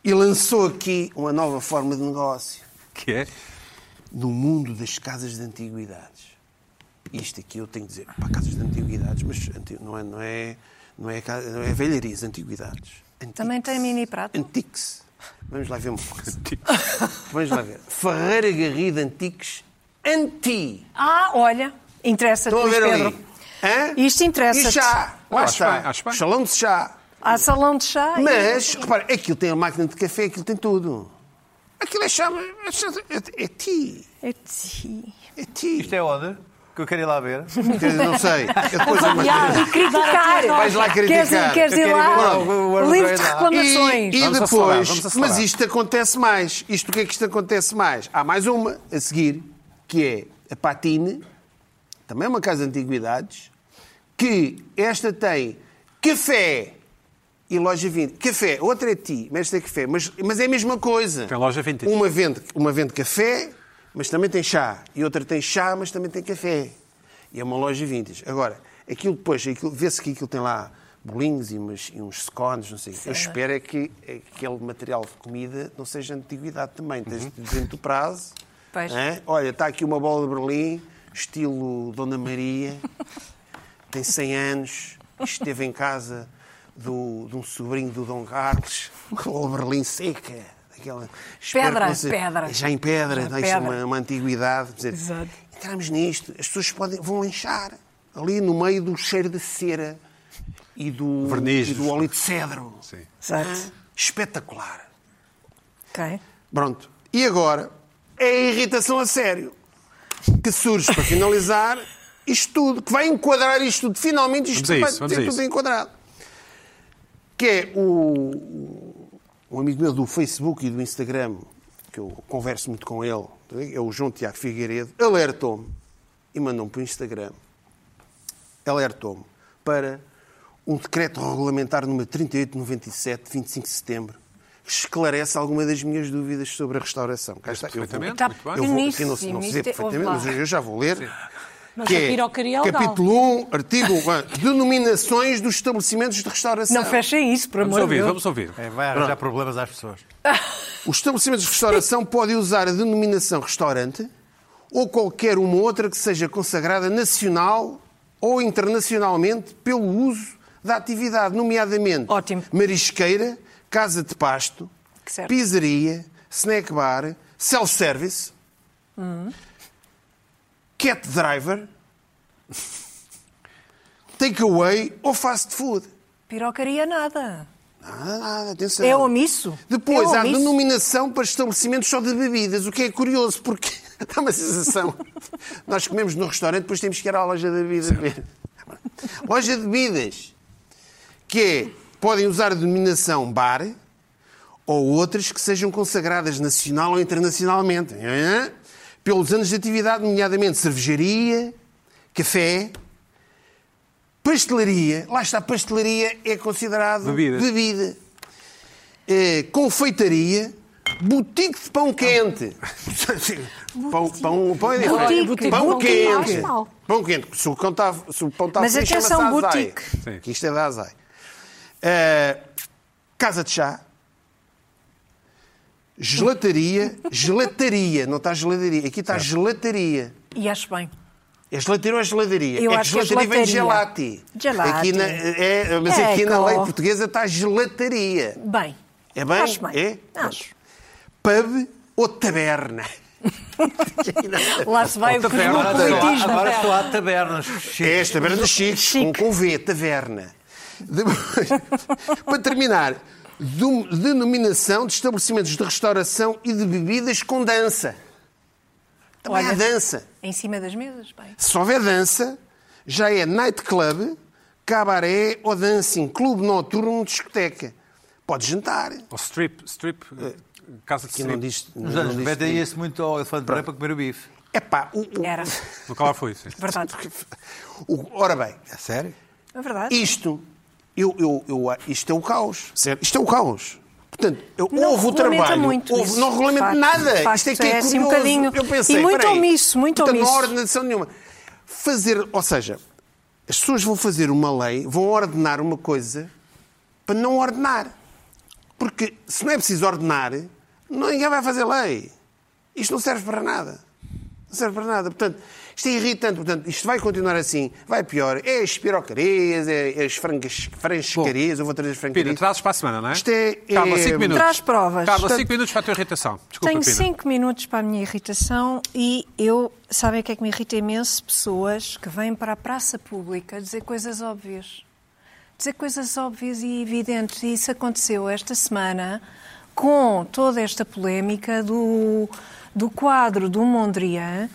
S2: e lançou aqui uma nova forma de negócio
S1: Que é?
S2: no mundo das casas de antiguidades. Isto aqui eu tenho que dizer, para casas de antiguidades, mas anti- não é, não é, não é, ca- não é velharias, antiguidades. Antiques.
S3: Também tem mini prato.
S2: Antiques. Vamos lá ver uma coisa. Vamos lá ver. Ferreira Garrido Antiques Anti.
S3: Ah, olha. Interessa-te,
S2: Estão a
S3: Luís
S2: ver
S3: Pedro.
S2: ali? Hã?
S3: Isto interessa-te.
S2: E chá. Lá
S1: Acho
S2: está.
S1: bem, acho bem.
S2: Salão de chá.
S3: Há salão de chá. Ah, e-
S2: Mas, repara, aquilo tem a máquina de café, aquilo tem tudo. Aquilo é chá, é, chá- é, é ti.
S3: É ti.
S2: É ti.
S5: Isto é onde? Que eu quero ir lá ver.
S2: Quer dizer, Não sei. Eu depois eu
S3: E criticar.
S2: Vais Ah, lá
S3: Queres
S2: criticar.
S3: ir, queres ir
S5: Eu
S3: lá?
S5: quero ir ver o- o- o-
S3: Livre de
S5: lá.
S3: reclamações.
S2: E, e
S1: Vamos
S2: depois,
S1: acelerar, vamos acelerar.
S2: mas isto acontece mais. Isto o que é que isto acontece mais? Há mais uma a seguir, que é a Patine, também é uma casa de antiguidades, que esta tem café e loja 20. Café, outra é ti, mas esta é café, mas, mas é a mesma coisa.
S1: Tem loja 20.
S2: Uma vende, uma vende café, mas também tem chá. E outra tem chá, mas também tem café. E é uma loja vintage. Agora, aquilo depois, aquilo- vê-se que aquilo tem lá bolinhos e, umas- e uns scones, não sei. o quê. Eu espero é que aquele material de comida não seja antiguidade também. Tens de dizer do prazo.
S3: Pois.
S2: hã? Olha, está aqui uma bola de Berlim, estilo Dona Maria, tem 100 anos, esteve em casa do, de um sobrinho do Dom Carlos, com a berlim seca. Aquela, espero
S3: Pedra,
S2: que
S3: pedra.
S2: Já em pedra,
S3: Já em
S2: já isto é
S3: pedra.
S2: uma, uma antiguidade. Quer dizer,
S3: Exato.
S2: Entramos nisto, as pessoas podem, vão lanchar ali no meio do cheiro de cera e do,
S1: Verniz.
S2: e do óleo de cedro.
S1: Sim.
S3: Exato.
S2: Espetacular.
S3: Ok.
S2: Pronto. E agora é a irritação a sério que surge para finalizar isto tudo, que vai enquadrar isto tudo. Finalmente isto
S1: Vamos a isso,
S2: vai
S1: vamos a
S2: ter
S1: isso.
S2: tudo enquadrado. Que é o, um amigo meu do Facebook e do Instagram, que eu converso muito com ele, é o João Tiago Figueiredo, alertou-me e mandou-me para o Instagram, alertou-me para um decreto regulamentar número 3897, de 25 de setembro, que esclarece alguma das minhas dúvidas sobre a restauração. Cá está, eu vou-
S1: perfeitamente.
S3: Está
S1: Muito bem.
S2: eu vou, aqui
S3: pequeníssimo.
S2: não, se- não se dizer
S3: isto é- ouve
S2: perfeitamente,
S3: lá.
S2: mas eu já vou ler.
S4: Mas
S2: que
S4: a
S2: é
S4: pirocarial dá.
S2: capítulo 1, artigo 1, denominações dos estabelecimentos de restauração.
S3: Não fechem isso, por
S1: Vamos
S3: amor de
S1: ouvir,
S3: Deus.
S1: vamos ouvir.
S5: É, vai arranjar problemas às pessoas.
S2: Os estabelecimentos de restauração podem usar a denominação restaurante ou qualquer uma outra que seja consagrada nacional ou internacionalmente pelo uso da atividade, nomeadamente
S3: Ótimo.
S2: marisqueira, casa de pasto,
S3: Certo.
S2: pizzaria, snack bar, self-service, cat driver, takeaway ou fast food.
S3: Pirocaria nada.
S2: Nada, nada, atenção.
S3: É omisso.
S2: Então, Depois
S3: é
S2: há
S3: omisso.
S2: denominação para estabelecimentos só de bebidas, o que é curioso, porque dá uma sensação. Nós comemos no restaurante, depois temos que ir à loja de bebidas. ver. Loja de bebidas, que é, podem usar a denominação bar ou outras que sejam consagradas nacional ou internacionalmente, hã? pelos anos de atividade, nomeadamente cervejaria, café, pastelaria. Lá está, pastelaria é considerado
S1: Bebida.
S2: bebida eh, confeitaria, boutique de pão quente. pão, pão, pão é diferente.
S3: Boutique.
S2: Pão
S4: Boutique.
S2: quente.
S4: Acho mal.
S2: Pão quente. Se o pão está, se o pão está
S3: Mas
S2: frio,
S3: atenção,
S2: chama-se azai.
S3: boutique.
S1: Sim.
S2: Que isto é da Azai. Eh, casa de chá. Gelataria. Gelataria. Não está geladaria. Aqui está gelataria.
S3: E acho bem.
S2: É gelateira ou é geladaria?
S3: Eu
S2: é
S3: acho que é
S2: gelataria vem de
S3: gelataria.
S2: gelati.
S3: Gelati.
S2: Aqui na- é, mas
S3: É,
S2: aqui na
S3: co.
S2: lei portuguesa está gelataria.
S3: Bem.
S2: É bem?
S3: Acho bem.
S2: É?
S3: Acho.
S2: pub ou taberna.
S3: Lá se vai o cosmopolitismo.
S5: Agora estou a tabernas.
S2: É as tabernas chiques,
S3: Um
S2: com, com V, taverna. Depois, para terminar, dom- denominação de estabelecimentos de restauração e de bebidas com dança. Também há
S3: Olha.
S2: dança.
S3: Em cima das mesas, bem.
S2: Se houver dança, já é nightclub, cabaré ou dancing, clube noturno, discoteca. Pode jantar.
S1: Ou strip, strip, eh, casa de
S2: É. Que não
S1: strip.
S2: diz...
S5: Nos
S2: não
S5: anos é
S2: diz-
S5: 90 ia-se muito ao elefante branco para comer o bife.
S2: É pá, o... o-
S3: Era.
S1: Nunca lá fui,
S2: é
S1: sim.
S3: Verdade.
S2: o- ora bem,
S5: É sério?
S3: É verdade.
S2: Isto, eu, eu, eu, isto é o caos. Certo? Isto é o caos. Portanto, eu,
S3: Não
S2: houve o
S3: regulamenta
S2: trabalho.
S3: muito
S2: houve-
S3: isso,
S2: não
S3: de
S2: regulamento
S3: facto, de
S2: nada.
S3: facto,
S2: Isto é que é,
S3: é assim um
S2: curioso.
S3: bocadinho-
S2: Eu pensei,
S3: e muito
S2: peraí,
S3: omisso, muito
S2: portanto,
S3: omisso.
S2: Não há ordenação nenhuma. Fazer, ou seja, as pessoas vão fazer uma lei, vão ordenar uma coisa para não ordenar. Porque se não é preciso ordenar, não- ninguém vai fazer lei. Isto não serve para nada. Não serve para nada. Portanto, isto é irritante. Portanto, isto vai continuar assim. Vai pior. É as pirocarias, é as frangas- frangascarias. Eu vou trazer as
S1: Pina,
S2: frangascarias.
S1: trazes para a semana, não é?
S2: Isto é-
S1: Carla,
S2: é-
S1: 5 minutos.
S3: Traz provas.
S1: Carla,
S3: Portanto,
S1: 5 minutos para a tua irritação. Desculpa,
S3: Tenho
S1: Pina.
S3: cinco minutos para a minha irritação e eu, sabem o que é que me irrita imenso? Pessoas que vêm para a praça pública dizer coisas óbvias. Dizer coisas óbvias e evidentes. E isso aconteceu esta semana com toda esta polémica do, do quadro do Mondrian,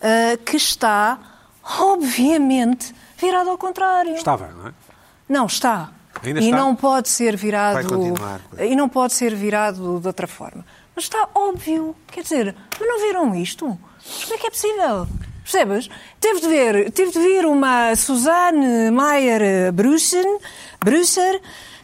S3: eh, que está, obviamente, virado ao contrário.
S1: Estava, não é?
S3: Não, está.
S1: Ainda
S3: e
S1: está?
S3: não pode
S2: Vai
S3: ser virado.
S2: continuar, pois.
S3: E não pode ser virado de outra forma. Mas está óbvio. Quer dizer, mas não viram isto? Mas Como é que é possível? Percebes? Teve de, ver, teve de vir uma Suzanne Mayer Brussen, Brusser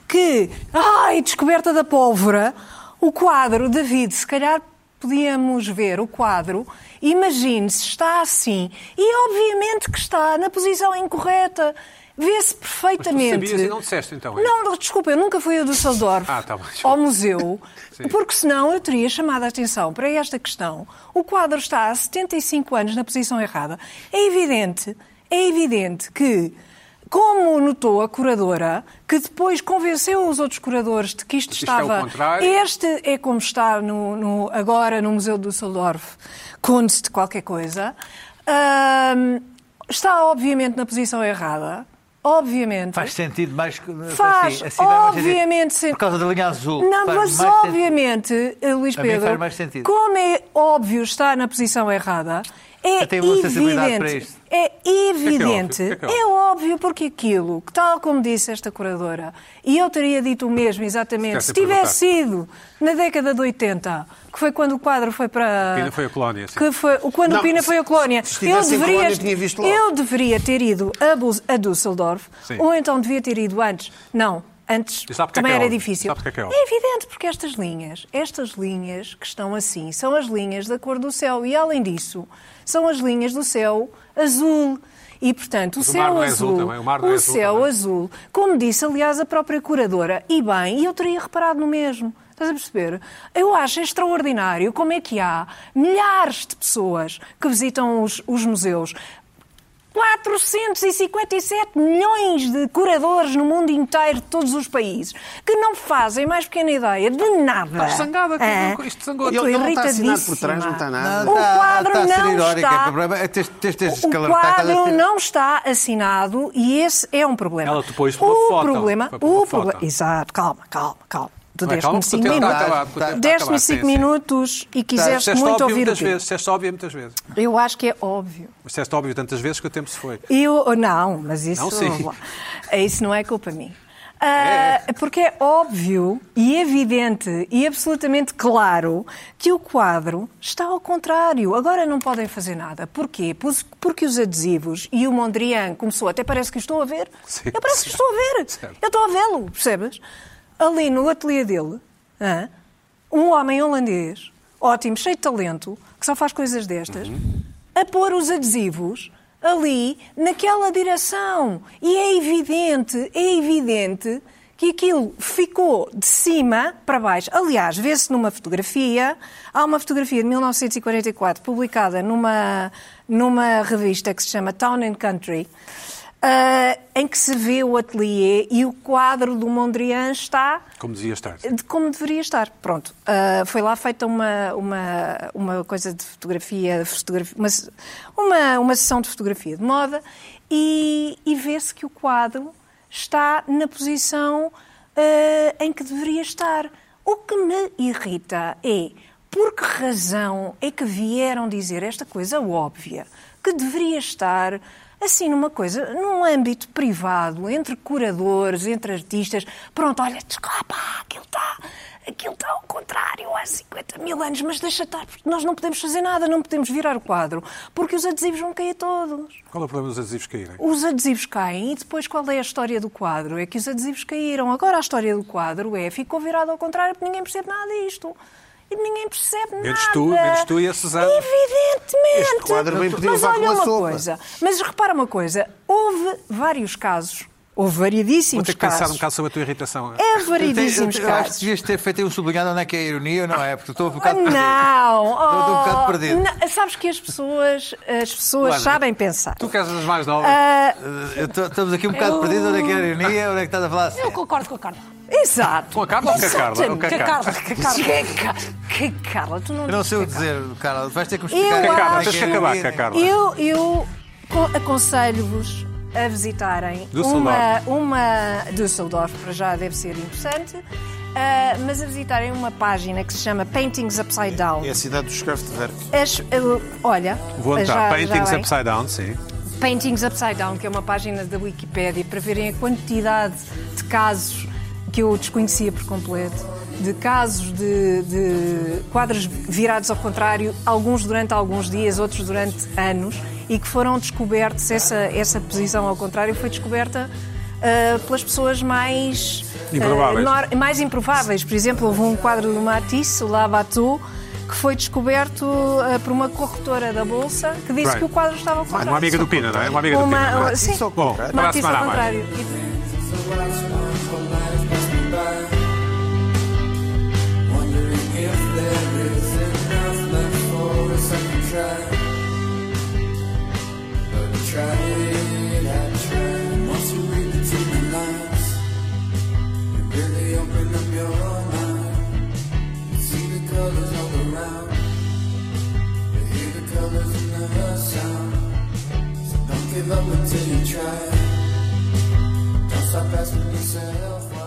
S3: que, ai, descoberta da pólvora, o quadro, David, se calhar podíamos ver o quadro, imagine-se, está assim, e obviamente que está na posição incorreta, vê-se perfeitamente.
S1: Mas tu sabias e não disseste, então, é?
S3: Não, não, desculpa, eu nunca fui a Düsseldorf
S1: Ah, tá bem, desculpa.
S3: ao museu,
S1: Sim.
S3: porque senão eu teria chamado a atenção para esta questão. O quadro está há 75 anos na posição errada. É evidente, é evidente que Como notou a curadora, que depois convenceu os outros curadores de que isto,
S1: Isto é o
S3: estava.
S1: contrário.
S3: Este é como está no, no- agora no Museu de Düsseldorf, conde de qualquer coisa. Ahm, está, obviamente, na posição errada. Obviamente.
S5: Faz sentido mais que.
S3: Faz,
S5: assim, assim faz mais sentido.
S3: obviamente, sim.
S5: Por causa da linha azul.
S3: Não,
S5: faz
S3: mas
S5: mais sentido.
S3: obviamente, eh, Luís
S5: Para mim
S3: Pedro,
S5: faz mais sentido.
S3: como é óbvio está na posição errada, é
S5: Eu tenho uma sensibilidade
S3: evidente.
S5: para isto.
S3: É evidente.
S1: óbvio? O que é que é
S3: é óbvio porque aquilo, que tal como disse esta curadora, e eu teria dito o mesmo exatamente,
S1: Se
S3: se
S1: tivesse a
S3: tivesse sido na década de 80, que foi quando o quadro foi para.
S1: Pina foi a colónia, sim.
S3: Que foi, o- quando
S2: Não,
S3: o Pina
S2: se-
S3: foi a colónia.
S2: se estivesse em colónia, tinha visto logo.
S3: eu deveria ter ido a, Bus- a Düsseldorf,
S1: Sim.
S3: ou então devia ter ido antes. Não, antes
S1: E sabe porque é
S3: também
S1: que é
S3: era
S1: óbvio?
S3: difícil.
S1: Sabe porque é que é óbvio?
S3: É evidente, porque estas linhas, estas linhas que estão assim, são as linhas da cor do céu. E além disso, são as linhas do céu azul. E, portanto, o
S1: Mas o mar
S3: céu
S1: não é azul
S3: azul,
S1: também, o mar não é azul
S3: céu
S1: também.
S3: azul, como disse, aliás, a própria curadora, e bem, e eu teria reparado no mesmo. Estás a perceber? Eu acho extraordinário como é que há milhares de pessoas que visitam os- os museus, 457 milhões de curadores no mundo inteiro, de todos os países, que não fazem mais pequena ideia de nada.
S1: Estou zangada com-
S3: Ah,
S1: com isto, zangou.
S3: eu estou
S2: Ele não está assinado
S3: irritadíssima.
S2: por trás, não está nada.
S3: O
S5: Tá-
S3: quadro
S5: tá a ser
S3: não
S5: irónica,
S3: está-
S5: é problema. É tens- tens- tens de
S3: O
S5: escalar- tá- tá-
S3: quadro não está assinado e esse é um problema.
S1: Ela te pôs por uma
S3: o
S1: foto.
S3: problema,
S1: Foi por uma
S3: o
S1: foto.
S3: problema, exato, calma, calma, calma. Tu
S1: Vai,
S3: deste-me
S1: calma, porque
S3: 5
S1: o tempo está a acabar, porque o tempo
S3: minutos,
S1: está a acabar,
S3: deste-me
S1: sim,
S3: cinco
S1: sim.
S3: minutos e quiseste
S1: Disseste
S3: muito
S1: óbvio
S3: ouvir o
S1: muitas
S3: quê?
S1: vezes, disseste óbvio muitas vezes.
S3: Eu acho que é óbvio.
S1: Mas disseste óbvio tantas vezes que o tempo se foi.
S3: Eu, oh, não, mas isso
S1: Não, sim.
S3: isso não é culpa minha. Ah, Porque é óbvio e evidente e absolutamente claro que o quadro está ao contrário. Agora não podem fazer nada. Porquê? Pos- Porque os adesivos e o Mondrian começou, até parece que estou a ver.
S1: Sim,
S3: eu parece que
S1: certo,
S3: estou a ver.
S1: certo.
S3: Eu estou a vê-lo, percebes? Ali no ateliê dele, hã, um homem holandês, ótimo, cheio de talento, que só faz coisas destas, a pôr os adesivos ali naquela direção. E é evidente, é evidente que aquilo ficou de cima para baixo. Aliás, vê-se numa fotografia, há uma fotografia de 1944 publicada numa, numa revista que se chama Town and Country, ah, em que se vê o ateliê e o quadro do Mondrian está
S1: Como dizias tarde.
S3: de como deveria estar. Pronto, Ah, foi lá feita uma, uma, uma coisa de fotografia, fotografia- uma, se- uma, uma sessão de fotografia de moda e, e vê-se que o quadro está na posição ah, em que deveria estar. O que me irrita é por que razão é que vieram dizer esta coisa óbvia que deveria estar assim numa coisa, num âmbito privado, entre curadores, entre artistas, pronto, olha, desculpa, aquilo está aquilo está ao contrário há 50 mil anos, mas deixa estar, porque nós não podemos fazer nada, não podemos virar o quadro, porque os adesivos vão cair todos.
S1: Qual é o problema dos adesivos caírem?
S3: Os adesivos caem e depois qual é a história do quadro? É que os adesivos caíram. Agora a história do quadro é ficou virado ao contrário porque ninguém percebe nada disto. E ninguém percebe
S1: Menos
S3: nada.
S1: tu- menos tu e a Susana.
S3: Evidentemente.
S2: Este quadro bem podia
S3: Mas
S2: levar com
S3: olha
S2: a
S3: uma
S2: sopa.
S3: coisa. Mas repara uma coisa. Houve vários casos. Houve
S1: Vou
S3: variedíssimos
S1: ter que
S3: casos.
S1: pensar um bocado sobre a tua irritação.
S3: É
S5: Eu tenho-
S3: variedíssimos
S5: eu acho que
S3: casos.
S5: devias ter feito aí um sublinhado onde é que é a ironia, não é? Porque estou um
S3: Ah,
S5: bocado perdido.
S3: Não,
S5: Eu estou um bocado
S3: Oh,
S5: perdido.
S3: não. sabes que as pessoas, as pessoas
S1: Luana,
S3: sabem pensar.
S1: Tu que és das mais novas.
S3: Ah,
S5: Eu estou- Estamos aqui um bocado
S4: Eu-
S5: perdidos onde é que é a ironia, onde é que estás a falar assim.
S4: Eu concordo com a Carla.
S3: exato.
S1: Com a Carla ou com a Carla? Ou com a
S4: Que a
S1: Carla?
S4: Carla, que a Carla.
S3: Que, ca- que Carla, tu não
S5: Eu não sei o que dizer, Carla. Vais ter que me
S3: Eu
S5: explicar.
S3: acho-
S5: como é
S1: Tens
S5: é
S1: que
S5: a
S1: acabar
S5: ironia.
S1: com a Carla.
S3: Eu, eu co- aconselho-vos a visitarem uma,
S1: Düsseldorf.
S3: uma Düsseldorf, para já deve ser interessante, ah, mas a visitarem uma página que se chama Paintings Upside Down.
S2: É a cidade dos Kraftwerk.
S3: As- eu- olha,
S1: Vou
S3: já-
S1: anotar.
S3: já
S1: Paintings
S3: vem.
S1: Upside Down, sim.
S3: Paintings Upside Down, que é uma página da Wikipédia, para verem a quantidade de casos que eu desconhecia por completo, de casos de, de quadros virados ao contrário, alguns durante alguns dias, outros durante anos, e que foram descobertos, essa, essa posição ao contrário foi descoberta ah, pelas pessoas mais... ah,
S1: Improváveis.
S3: nor- mais improváveis. Por exemplo, houve um quadro do Matisse, o Labatou, que foi descoberto ah, por uma corretora da Bolsa, que disse
S1: Right.
S3: que o quadro estava ao contrário.
S1: Uma amiga do Pina, não é? Uma amiga do Pina. não
S3: Uma,
S1: é?
S3: sim,
S2: Isso ao
S1: Bom,
S2: contrário.
S1: para a
S3: Matisse
S1: semana
S3: ao
S1: a mais.
S3: contrário.
S10: Once you
S8: give up until you try. Don't stop asking yourself why.